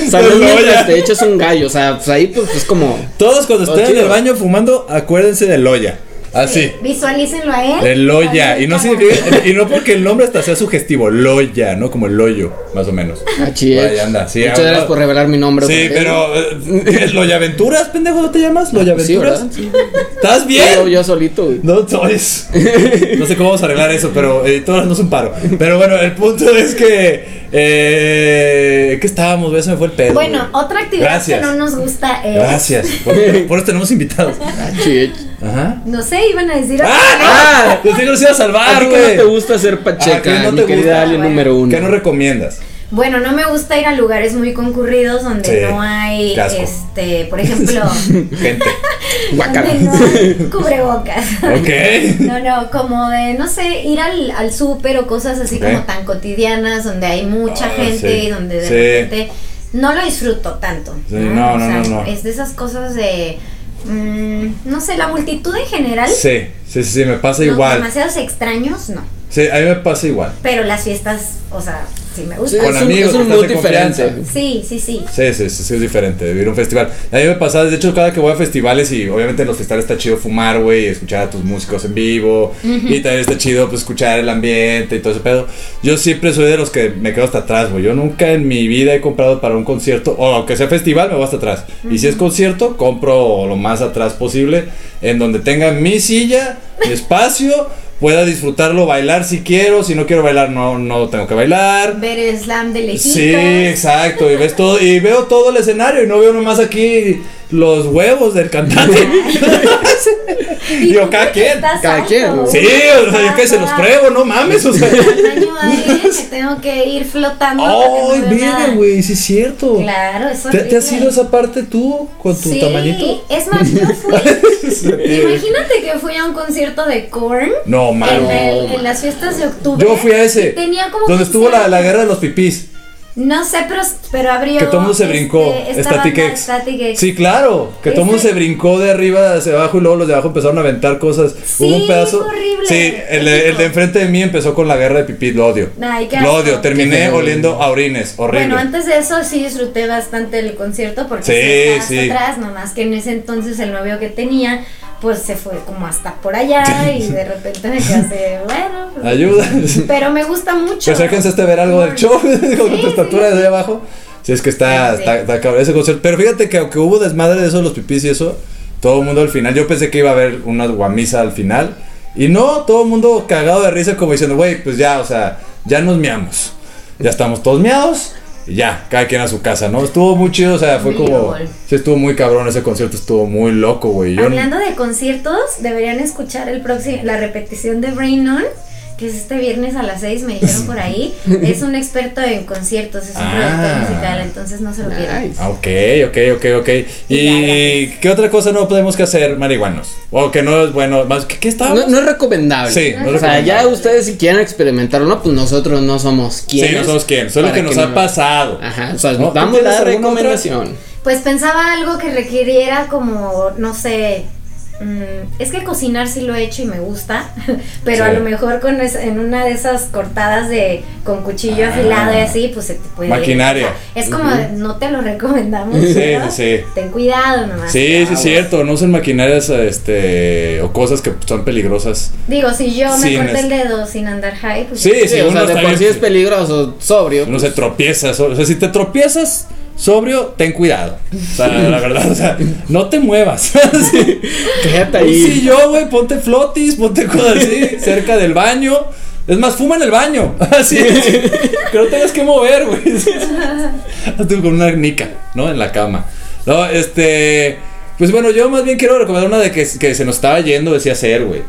Speaker 6: O sea, no es
Speaker 5: Pues no,
Speaker 6: mientras
Speaker 5: ya.
Speaker 6: te echas un gallo. O sea, pues ahí pues es como.
Speaker 5: Todos cuando
Speaker 6: Todo
Speaker 5: estén en el
Speaker 6: chido.
Speaker 5: baño fumando, acuérdense de Loya. Así.
Speaker 7: Visualícenlo a él.
Speaker 5: De Loya. Y no,
Speaker 7: Para-
Speaker 5: significa- y no porque el nombre hasta sea sugestivo. Loya, ¿no? Como el loyo, más o menos.
Speaker 6: Así es.
Speaker 5: Ahí anda, sí,
Speaker 6: ¿eh?
Speaker 5: ah,
Speaker 6: Muchas
Speaker 5: ahora-
Speaker 6: gracias por revelar mi nombre.
Speaker 5: Sí,
Speaker 6: Jorge.
Speaker 5: pero. eh, ¿qué es ¿Loya Aventuras, pendejo? ¿No te llamas? ¿Loya
Speaker 6: Ah, pues Sí,
Speaker 5: Aventuras?
Speaker 6: ¿verdad?
Speaker 5: ¿Estás bien?
Speaker 6: Yo, yo solito, güey.
Speaker 5: No, no es- No sé cómo vamos a arreglar eso, pero editoras no es un paro. Pero bueno, el punto es que. Eh, ¿Qué estábamos? güey? Se me fue el pedo.
Speaker 7: Bueno,
Speaker 5: güey.
Speaker 7: otra actividad
Speaker 5: Gracias.
Speaker 7: que no nos gusta es.
Speaker 5: Gracias. Por, por eso tenemos invitados.
Speaker 6: Así es.
Speaker 5: Ajá.
Speaker 7: No sé, iban a decir.
Speaker 5: ¡Ah! Yo sé que los iba a
Speaker 6: Ah, ¿A
Speaker 5: salvar,
Speaker 6: ti que
Speaker 5: güey.
Speaker 6: no te gusta ser
Speaker 5: Ah, ¿qué no
Speaker 6: pacheca, mi
Speaker 5: te gusta?
Speaker 6: querida alien número uno?
Speaker 5: ¿Qué nos recomiendas?
Speaker 7: Bueno, no me gusta ir a lugares muy concurridos donde
Speaker 5: Sí,
Speaker 7: no hay,
Speaker 5: qué asco.
Speaker 7: este, por ejemplo,
Speaker 5: Gente.
Speaker 6: Guácala.
Speaker 7: donde no hay cubrebocas.
Speaker 5: Ok.
Speaker 7: No, no, como de, no sé, ir al, al súper o cosas así
Speaker 5: Ok.
Speaker 7: como tan cotidianas, donde hay mucha
Speaker 5: Ah,
Speaker 7: gente
Speaker 5: sí,
Speaker 7: y donde de
Speaker 5: sí.
Speaker 7: repente no lo disfruto tanto.
Speaker 5: Sí, no, no, no, no.
Speaker 7: Es de esas cosas de, mm, no sé, la multitud en general.
Speaker 5: Sí, sí, sí, sí, me pasa
Speaker 7: los
Speaker 5: igual.
Speaker 7: demasiados extraños, no.
Speaker 5: Sí, a mí me pasa igual.
Speaker 7: Pero las fiestas, o sea, sí me
Speaker 6: Sí,
Speaker 7: gustan.
Speaker 5: Con
Speaker 6: es un,
Speaker 5: amigos,
Speaker 6: es un
Speaker 5: estás
Speaker 6: mood
Speaker 5: de
Speaker 6: diferente.
Speaker 5: confianza.
Speaker 7: Sí, sí, sí.
Speaker 5: Sí, sí, sí, sí, es diferente de vivir un festival. A mí me pasa, de hecho, cada que voy a festivales y obviamente en los festivales está chido fumar, güey, y escuchar a tus músicos en vivo. Y también está chido pues, escuchar el ambiente y todo ese pedo. Yo siempre soy de los que me quedo hasta atrás, güey. Yo nunca en mi vida he comprado para un concierto, o aunque sea festival, me voy hasta atrás. Y si es concierto, compro lo más atrás posible, en donde tenga mi silla, mi espacio. Pueda disfrutarlo, bailar si quiero, si no quiero bailar no, no tengo que bailar.
Speaker 7: Ver el slam de lejitos.
Speaker 5: Sí, exacto, y ves todo, y veo todo el escenario y no veo nomás aquí los huevos del cantante.
Speaker 7: Y
Speaker 5: Yo,
Speaker 7: tú
Speaker 5: cada
Speaker 7: porque
Speaker 5: quien,
Speaker 7: estás
Speaker 6: cada
Speaker 7: alto.
Speaker 6: quien, ¿no?
Speaker 5: Sí, o sea, yo que se los pruebo, no mames, o sea.
Speaker 7: Al baño ADN, que tengo que ir flotando. porque
Speaker 5: Ay,
Speaker 7: no veo
Speaker 5: verga,
Speaker 7: nada.
Speaker 5: güey, sí es cierto.
Speaker 7: Claro, es
Speaker 5: ¿Te,
Speaker 7: horrible.
Speaker 5: te has ido a esa parte tú con tu
Speaker 7: sí,
Speaker 5: tamañito?
Speaker 7: es más, yo fui. imagínate que fui a un concierto de Korn.
Speaker 5: No mames.
Speaker 7: En, el- en las fiestas de octubre.
Speaker 5: Yo fui a ese.
Speaker 7: y Tenía como
Speaker 5: donde
Speaker 7: 15
Speaker 5: estuvo la, la
Speaker 7: años.
Speaker 5: guerra de los pipís.
Speaker 7: No sé, pero, pero abrió.
Speaker 5: Que todo el mundo se
Speaker 7: este,
Speaker 5: brincó.
Speaker 7: esta
Speaker 5: Static
Speaker 7: banda,
Speaker 5: X.
Speaker 7: Static X. Este
Speaker 5: Sí, claro. Que todo el mundo
Speaker 7: Ese-
Speaker 5: se brincó de arriba hacia abajo y luego los de abajo empezaron a aventar cosas.
Speaker 7: Sí,
Speaker 5: Hubo un pedazo.
Speaker 7: fue horrible.
Speaker 5: Sí, el, de- el de enfrente de mí empezó con la guerra de pipí. Lo odio.
Speaker 7: Ay, qué
Speaker 5: lo
Speaker 7: asco.
Speaker 5: odio. Terminé
Speaker 6: Qué feo.
Speaker 5: oliendo a orines. Horrible.
Speaker 7: Bueno, antes de eso sí disfruté bastante el concierto porque
Speaker 5: Sí,
Speaker 7: sí, estaba
Speaker 5: sí.
Speaker 7: hasta atrás, nomás que en ese entonces el novio que tenía, pues se fue como hasta por allá y de repente me quedé así, bueno. pues,
Speaker 5: Ayuda.
Speaker 7: Pero me gusta mucho.
Speaker 5: Pues acérquense a este ver algo del show con
Speaker 7: Sí,
Speaker 5: tu estatura
Speaker 7: sí. Este.
Speaker 5: de abajo. Si es que está,
Speaker 7: Sí, sí.
Speaker 5: está, está cabrón ese concierto. Pero fíjate que aunque hubo desmadre de eso, los pipís y eso, todo el mundo al final, yo pensé que iba a haber una guamisa al final. Y no, todo el mundo cagado de risa como diciendo, güey, pues ya, o sea, ya nos miamos. Ya estamos todos miados. Y ya, cada quien a su casa, ¿no? Estuvo muy chido, o sea, fue como...
Speaker 7: Lol.
Speaker 5: Sí, estuvo muy cabrón ese concierto, estuvo muy loco, güey. Yo-
Speaker 7: Hablando de conciertos, deberían escuchar el próximo, la repetición de Brain On, que es este viernes a las 6, me dijeron por ahí. Es un experto en conciertos, es un
Speaker 5: Ah.
Speaker 7: productor musical, entonces no se lo pierdan.
Speaker 6: Nice.
Speaker 5: Ah, Ok, ok, ok, ok. ¿Y
Speaker 7: gracias.
Speaker 5: qué otra cosa no podemos que hacer marihuanos? O que no es bueno, más que qué estábamos?
Speaker 6: No, no es recomendable.
Speaker 5: Ah, pues. Sí, no es
Speaker 6: o sea, ya
Speaker 5: recomendable.
Speaker 6: ustedes si quieren experimentarlo, no, pues nosotros no somos quienes.
Speaker 5: sí, no somos quién, solo
Speaker 6: para
Speaker 5: que nos ha
Speaker 6: no-
Speaker 5: pasado.
Speaker 6: Ajá, pues, o sea,
Speaker 5: ¿No? ¿Tú
Speaker 6: damos
Speaker 5: tienes
Speaker 6: la
Speaker 5: alguna otra?
Speaker 6: recomendación.
Speaker 7: Pues pensaba algo que requiriera como, no sé, mm, es que cocinar sí lo he hecho y me gusta, pero
Speaker 5: Sí.
Speaker 7: a lo mejor con es- en una de esas cortadas de con cuchillo
Speaker 5: Ah.
Speaker 7: afilado y así, pues se te puede...
Speaker 5: Maquinaria.
Speaker 7: o sea, es como, de, no te lo recomendamos.
Speaker 5: Sí,
Speaker 7: ¿verdad?
Speaker 5: sí, sí.
Speaker 7: Ten cuidado nomás.
Speaker 5: Sí, sí,
Speaker 6: Ah,
Speaker 5: es cierto, no usen maquinarias este, o cosas que son peligrosas.
Speaker 7: Digo, si yo me
Speaker 5: Sí,
Speaker 7: corté
Speaker 5: es-
Speaker 7: el dedo sin andar high, pues...
Speaker 5: Sí, sí,
Speaker 6: Sí, o
Speaker 5: uno
Speaker 6: sea, de
Speaker 5: está
Speaker 6: por
Speaker 5: bien-
Speaker 6: sí es peligroso, sobrio.
Speaker 5: uno se tropieza, so- o sea, si te tropiezas, sobrio, ten cuidado. O sea, la verdad, o sea, no te muevas. Sí.
Speaker 6: Quédate
Speaker 5: Un
Speaker 6: ahí.
Speaker 5: sillón, güey, ponte flotis, ponte cosas así, cerca del baño. Es más, fuma en el baño. Así es. Que no tengas que mover, güey. Hazte con una nica, ¿no? En la cama. No, este. Pues bueno, yo más bien quiero recomendar una de que, que se nos estaba yendo, decía ser, güey.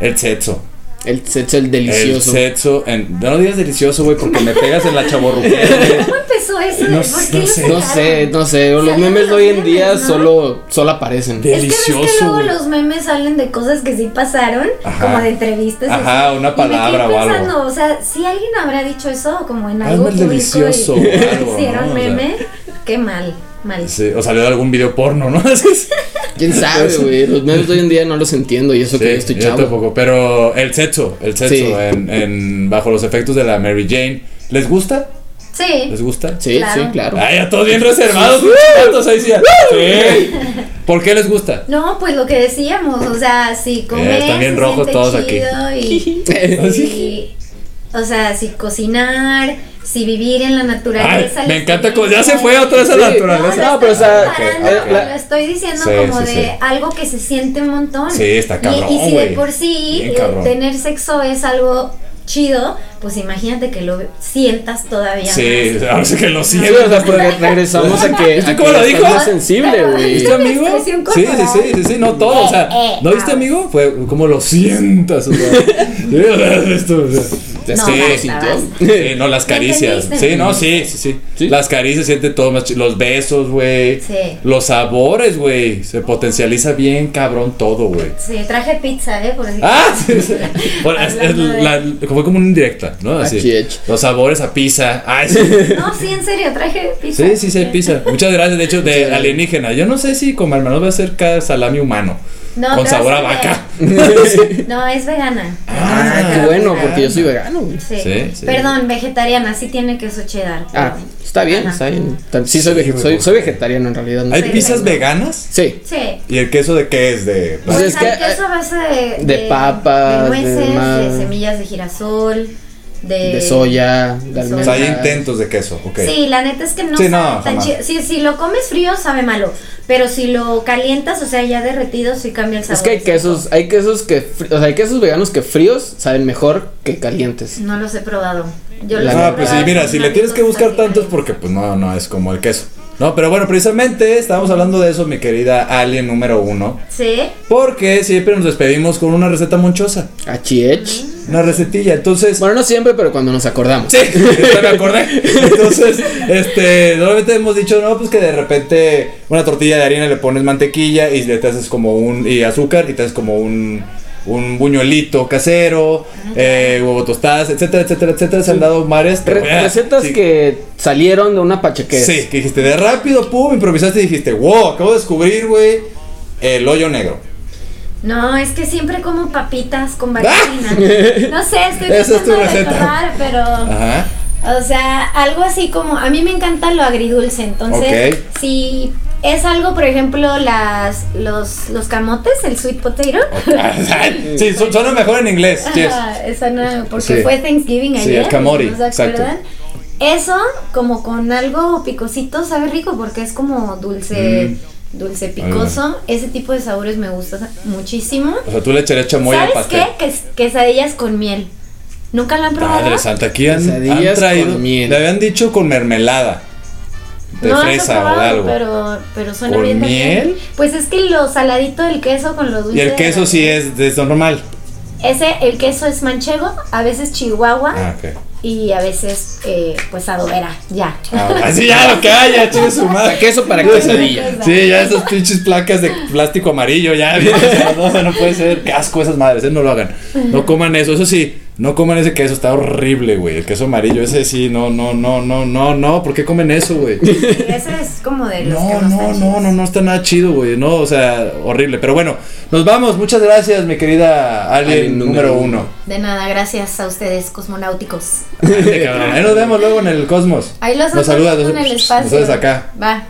Speaker 5: El sexo.
Speaker 6: El sexo, el delicioso.
Speaker 5: El sexo. en- no digas delicioso, güey, porque me pegas en la chaborruquera, güey.
Speaker 7: ¿Cómo empezó eso?
Speaker 5: No
Speaker 7: ¿Por
Speaker 5: sé,
Speaker 7: qué
Speaker 5: no
Speaker 7: lo
Speaker 5: sé.
Speaker 6: No sé,
Speaker 7: sacaron?
Speaker 6: no sé. Los
Speaker 7: Salieron
Speaker 6: memes de
Speaker 7: los
Speaker 6: hoy en día
Speaker 7: memes, ¿no?
Speaker 6: solo, solo aparecen.
Speaker 5: De-
Speaker 7: Es que ves
Speaker 5: Delicioso,
Speaker 7: que luego
Speaker 5: güey.
Speaker 7: los memes salen de cosas que sí pasaron,
Speaker 5: Ajá.
Speaker 7: como de entrevistas. y
Speaker 5: Ajá,
Speaker 7: así.
Speaker 5: una
Speaker 7: Y me quedé
Speaker 5: palabra o algo.
Speaker 7: pensando, O sea, si alguien habrá dicho eso, como en
Speaker 5: Hazme
Speaker 7: algo
Speaker 5: el
Speaker 7: público
Speaker 5: delicioso
Speaker 7: y
Speaker 5: o algo,
Speaker 7: hicieron
Speaker 5: ¿no? O sea.
Speaker 7: meme, qué mal, mal.
Speaker 5: Sí, o salió de algún video porno, ¿no? Así es.
Speaker 6: ¿Quién sabe, güey? Los memes de hoy en día no los entiendo y eso que yo estoy
Speaker 5: yo
Speaker 6: chavo.
Speaker 5: tampoco, pero el sexo, el sexo
Speaker 6: Sí.
Speaker 5: en, en- bajo los efectos de la Mary Jane. ¿Les gusta?
Speaker 7: Sí.
Speaker 5: ¿Les gusta?
Speaker 6: Sí,
Speaker 7: Claro.
Speaker 6: sí, claro.
Speaker 5: Ay, a todos bien reservados. Tantos ahí sí. Sí. ¿Por qué les gusta?
Speaker 7: No, pues lo que decíamos, o sea, si comes,
Speaker 5: Eh, están bien
Speaker 7: se
Speaker 5: rojos
Speaker 7: siente
Speaker 5: todos aquí.
Speaker 7: chido Y, y- o sea, si cocinar, si vivir en la
Speaker 5: Ay,
Speaker 7: naturaleza.
Speaker 5: me
Speaker 7: la
Speaker 5: encanta como
Speaker 7: experiencia.
Speaker 5: ya se fue otra vez a la
Speaker 6: Sí.
Speaker 5: naturaleza.
Speaker 7: No,
Speaker 6: No, pero, o sea,
Speaker 7: comparando,
Speaker 6: ok, ok.
Speaker 7: lo estoy diciendo
Speaker 5: Sí,
Speaker 7: como
Speaker 5: sí,
Speaker 7: de
Speaker 5: sí.
Speaker 7: algo que se siente un montón.
Speaker 5: Sí, está
Speaker 7: Y-
Speaker 5: cabrón,
Speaker 7: Y, si
Speaker 5: güey.
Speaker 7: de por sí
Speaker 5: Bien
Speaker 7: eh,
Speaker 5: cabrón.
Speaker 7: tener sexo es algo chido, pues imagínate que lo sientas todavía.
Speaker 5: Sí,
Speaker 7: más.
Speaker 5: ahora sí que lo
Speaker 6: Sí,
Speaker 5: siento.
Speaker 6: o sea, porque regresamos a que.
Speaker 5: ¿Viste
Speaker 6: a
Speaker 5: cómo
Speaker 6: que
Speaker 5: lo
Speaker 6: estás
Speaker 5: dijo?
Speaker 6: más sensible, güey.
Speaker 5: ¿Viste, amigo?
Speaker 7: expresión
Speaker 5: Sí, sí,
Speaker 7: corporal.
Speaker 5: sí, sí, sí, no todo. O sea,
Speaker 7: Eh, eh,
Speaker 5: ¿no viste,
Speaker 7: ah.
Speaker 5: amigo? Fue como lo sientas. O sea, Sí, o sea, esto, o sea.
Speaker 7: No,
Speaker 5: Sí.
Speaker 7: basta, basta.
Speaker 5: Sí, no, las caricias.
Speaker 7: entendiste?
Speaker 5: Sí, no, sí, sí, sí.
Speaker 6: Sí.
Speaker 5: Las caricias siente todo más chido. Los besos, güey.
Speaker 7: Sí.
Speaker 5: Los sabores, güey. Se potencializa bien, cabrón, todo, güey.
Speaker 7: Sí, traje pizza, ¿eh? Por decir-
Speaker 5: Ah, sí, sí. Bueno, es- es
Speaker 7: Hablando de-
Speaker 5: la- fue como un indirecta, ¿no? Así.
Speaker 6: Aquí hecho.
Speaker 5: Los sabores a pizza. Ay, sí.
Speaker 7: No, sí, en serio, traje pizza.
Speaker 5: Sí, sí, sí, hay pizza. Muchas gracias, de hecho, de alienígena. Yo no sé si con marmelada va a ser cada salami humano.
Speaker 7: No,
Speaker 5: con
Speaker 7: pero
Speaker 5: sabor
Speaker 7: es
Speaker 5: a
Speaker 7: que-
Speaker 5: vaca.
Speaker 7: No, es vegana.
Speaker 6: Ah, qué bueno, porque yo soy vegano, güey.
Speaker 7: Sí.
Speaker 5: Sí, sí.
Speaker 7: Perdón, vegetariana, sí tiene queso cheddar.
Speaker 6: Ah,
Speaker 7: perdón.
Speaker 6: está bien,
Speaker 7: Ajá.
Speaker 6: está bien. Tam- Sí, soy, vege-
Speaker 5: me
Speaker 6: soy,
Speaker 5: gusta.
Speaker 6: soy vegetariano en realidad. no
Speaker 5: ¿Hay
Speaker 6: sé.
Speaker 5: pizzas veganas?
Speaker 6: Sí.
Speaker 7: Sí.
Speaker 5: ¿Y el queso de qué es? De.
Speaker 6: Pues
Speaker 7: Pues
Speaker 6: es que,
Speaker 7: hay queso a base de,
Speaker 6: de papas,
Speaker 7: de
Speaker 6: de
Speaker 7: nueces,
Speaker 6: ma-
Speaker 7: de, semillas de girasol, de,
Speaker 6: De soya, de
Speaker 7: soya.
Speaker 5: O sea, hay
Speaker 6: almendras.
Speaker 5: intentos de queso, ok.
Speaker 7: Sí, la neta es que no
Speaker 5: Sí, no,
Speaker 7: sabe tan
Speaker 5: jamás.
Speaker 7: chido. Sí, si lo comes frío sabe malo, pero si lo calientas, o sea, ya derretido, sí cambia el sabor.
Speaker 6: Es que hay quesos, hay quesos que, fr- o sea, hay quesos veganos que fríos saben mejor que calientes.
Speaker 7: No los he probado. Yo
Speaker 6: La
Speaker 7: los he
Speaker 5: Ah,
Speaker 6: neta.
Speaker 5: pues sí,
Speaker 7: probado
Speaker 5: mira,
Speaker 7: con
Speaker 5: si le
Speaker 7: una
Speaker 5: tienes que
Speaker 7: cosa
Speaker 5: buscar
Speaker 7: así
Speaker 5: tantos
Speaker 7: caliente.
Speaker 5: porque pues no, no es como el queso. No, pero bueno, precisamente estábamos hablando de eso, mi querida alien número uno.
Speaker 7: Sí.
Speaker 5: Porque siempre nos despedimos con una receta monchosa,
Speaker 6: Achiech.
Speaker 5: una recetilla. Entonces,
Speaker 6: Bueno, no siempre, pero cuando nos acordamos.
Speaker 5: Sí, ya me acordé. Entonces, este, normalmente hemos dicho, no, pues que de repente una tortilla de harina le pones mantequilla y le te haces como un, y azúcar y te haces como un, un buñuelito casero, eh, huevo tostadas, etcétera, etcétera, etcétera. Se han dado mares.
Speaker 6: Re-
Speaker 5: Ah,
Speaker 6: recetas
Speaker 5: sí.
Speaker 6: que salieron de una pachequez.
Speaker 5: Sí, que dijiste de rápido, pum, improvisaste y dijiste, wow, acabo de descubrir, güey, el hoyo negro.
Speaker 7: No, es que siempre como papitas con
Speaker 5: ¡Ah!
Speaker 7: vaselina. No sé, estoy
Speaker 5: Esa es tu
Speaker 7: tratando de
Speaker 5: receta.
Speaker 7: recordar, pero
Speaker 5: Ajá.
Speaker 7: O sea, algo así como, a mí me encanta lo agridulce, entonces
Speaker 5: Ok.
Speaker 7: si es algo, por ejemplo, las los, los camotes, el sweet potato.
Speaker 5: Sí, su- suena mejor en inglés. yes.
Speaker 7: Ajá, esa no, porque
Speaker 5: Sí.
Speaker 7: fue Thanksgiving
Speaker 5: Sí,
Speaker 7: ayer.
Speaker 5: el camori,
Speaker 7: ¿no se
Speaker 5: exacto.
Speaker 7: acuerdan? Eso, como con algo picosito, sabe rico porque es como dulce,
Speaker 5: Mm.
Speaker 7: dulce picoso. Ese tipo de sabores me gusta muchísimo.
Speaker 5: O sea, tú le echarías chamoy al
Speaker 7: ¿Sabes
Speaker 5: pastel.
Speaker 7: qué? Ques- quesadillas con miel. ¿Nunca lo han probado?
Speaker 5: Padre Santa, aquí han,
Speaker 6: Quesadillas
Speaker 5: han traído.
Speaker 6: con miel.
Speaker 5: Le habían dicho con mermelada. De
Speaker 7: no,
Speaker 5: fresa
Speaker 7: no lo he
Speaker 5: o de algo.
Speaker 7: probado, Pero, pero suena
Speaker 5: ¿Con
Speaker 7: bien. también.
Speaker 5: miel?
Speaker 7: Pues es que lo saladito del queso con lo dulce.
Speaker 5: y el queso sí es, es normal.
Speaker 7: Ese, el queso es manchego, a veces chihuahua
Speaker 5: Ah, ok.
Speaker 7: y a veces, eh, pues adobera, ya.
Speaker 5: Ah, así ya lo que haya, chingue su madre.
Speaker 6: Queso para quesadilla.
Speaker 5: Sí, ya esas pinches placas de plástico amarillo, ya. bien, o sea, no, o sea, no puede ser. Qué asco esas madres, eh, no lo hagan. No coman eso, eso sí. No coman ese queso, está horrible, güey. El queso amarillo, ese sí, no, no, no, no, no, no. ¿Por qué comen eso, güey?
Speaker 7: Sí, ese es como de los que
Speaker 5: No,
Speaker 7: no
Speaker 5: no,
Speaker 7: están
Speaker 5: no, no, no está nada chido, güey. No, o sea, horrible. Pero bueno, nos vamos. Muchas gracias, mi querida alien,
Speaker 6: Alien número
Speaker 5: número uno.
Speaker 7: De nada, gracias a ustedes, cosmonáuticos.
Speaker 5: Ahí nos vemos luego en el cosmos.
Speaker 7: Ahí los
Speaker 5: nos
Speaker 7: ando
Speaker 5: saludas
Speaker 7: viendo en el espacio.
Speaker 5: Nos saludas acá.
Speaker 7: Va.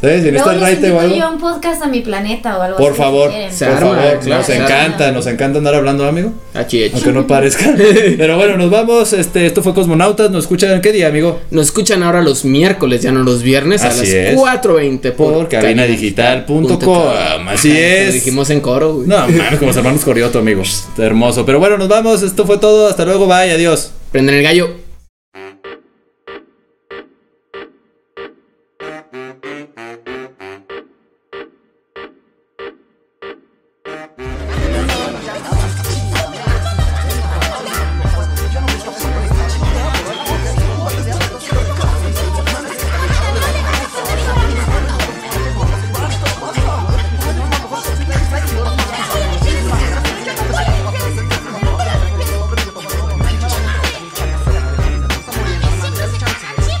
Speaker 5: ¿Sabes? En
Speaker 7: Luego
Speaker 5: esta
Speaker 7: les
Speaker 5: raite o
Speaker 7: invito
Speaker 5: algo.
Speaker 7: yo a un podcast a mi planeta o algo
Speaker 5: Por
Speaker 7: así, si
Speaker 5: favor,
Speaker 7: quieren.
Speaker 6: Se
Speaker 5: por
Speaker 6: arma,
Speaker 5: favor,
Speaker 6: claro,
Speaker 5: nos
Speaker 6: se
Speaker 5: encanta, nos encanta andar hablando, amigo,
Speaker 6: Achi, achi.
Speaker 5: aunque no parezca. Pero bueno, nos vamos, este, esto fue Cosmonautas, nos escuchan qué día, amigo?
Speaker 6: Nos escuchan ahora los miércoles, ya no los viernes, a
Speaker 5: Así
Speaker 6: las
Speaker 5: es.
Speaker 6: 4.20
Speaker 5: Por cabinadigital.com, así
Speaker 6: Lo
Speaker 5: es.
Speaker 6: dijimos en coro, güey.
Speaker 5: No, mames, como los hermanos Corioto, amigo. Está Hermoso. Pero bueno, nos vamos, esto fue todo, hasta luego, bye, adiós.
Speaker 6: Prenden el gallo.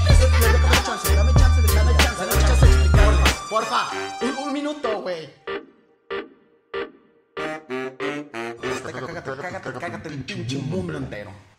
Speaker 3: Dame chance, dame chance, dame chance de explicar más. Porfa, un, un minuto, güey. Cágate, cágate, cágate el pinche mundo entero.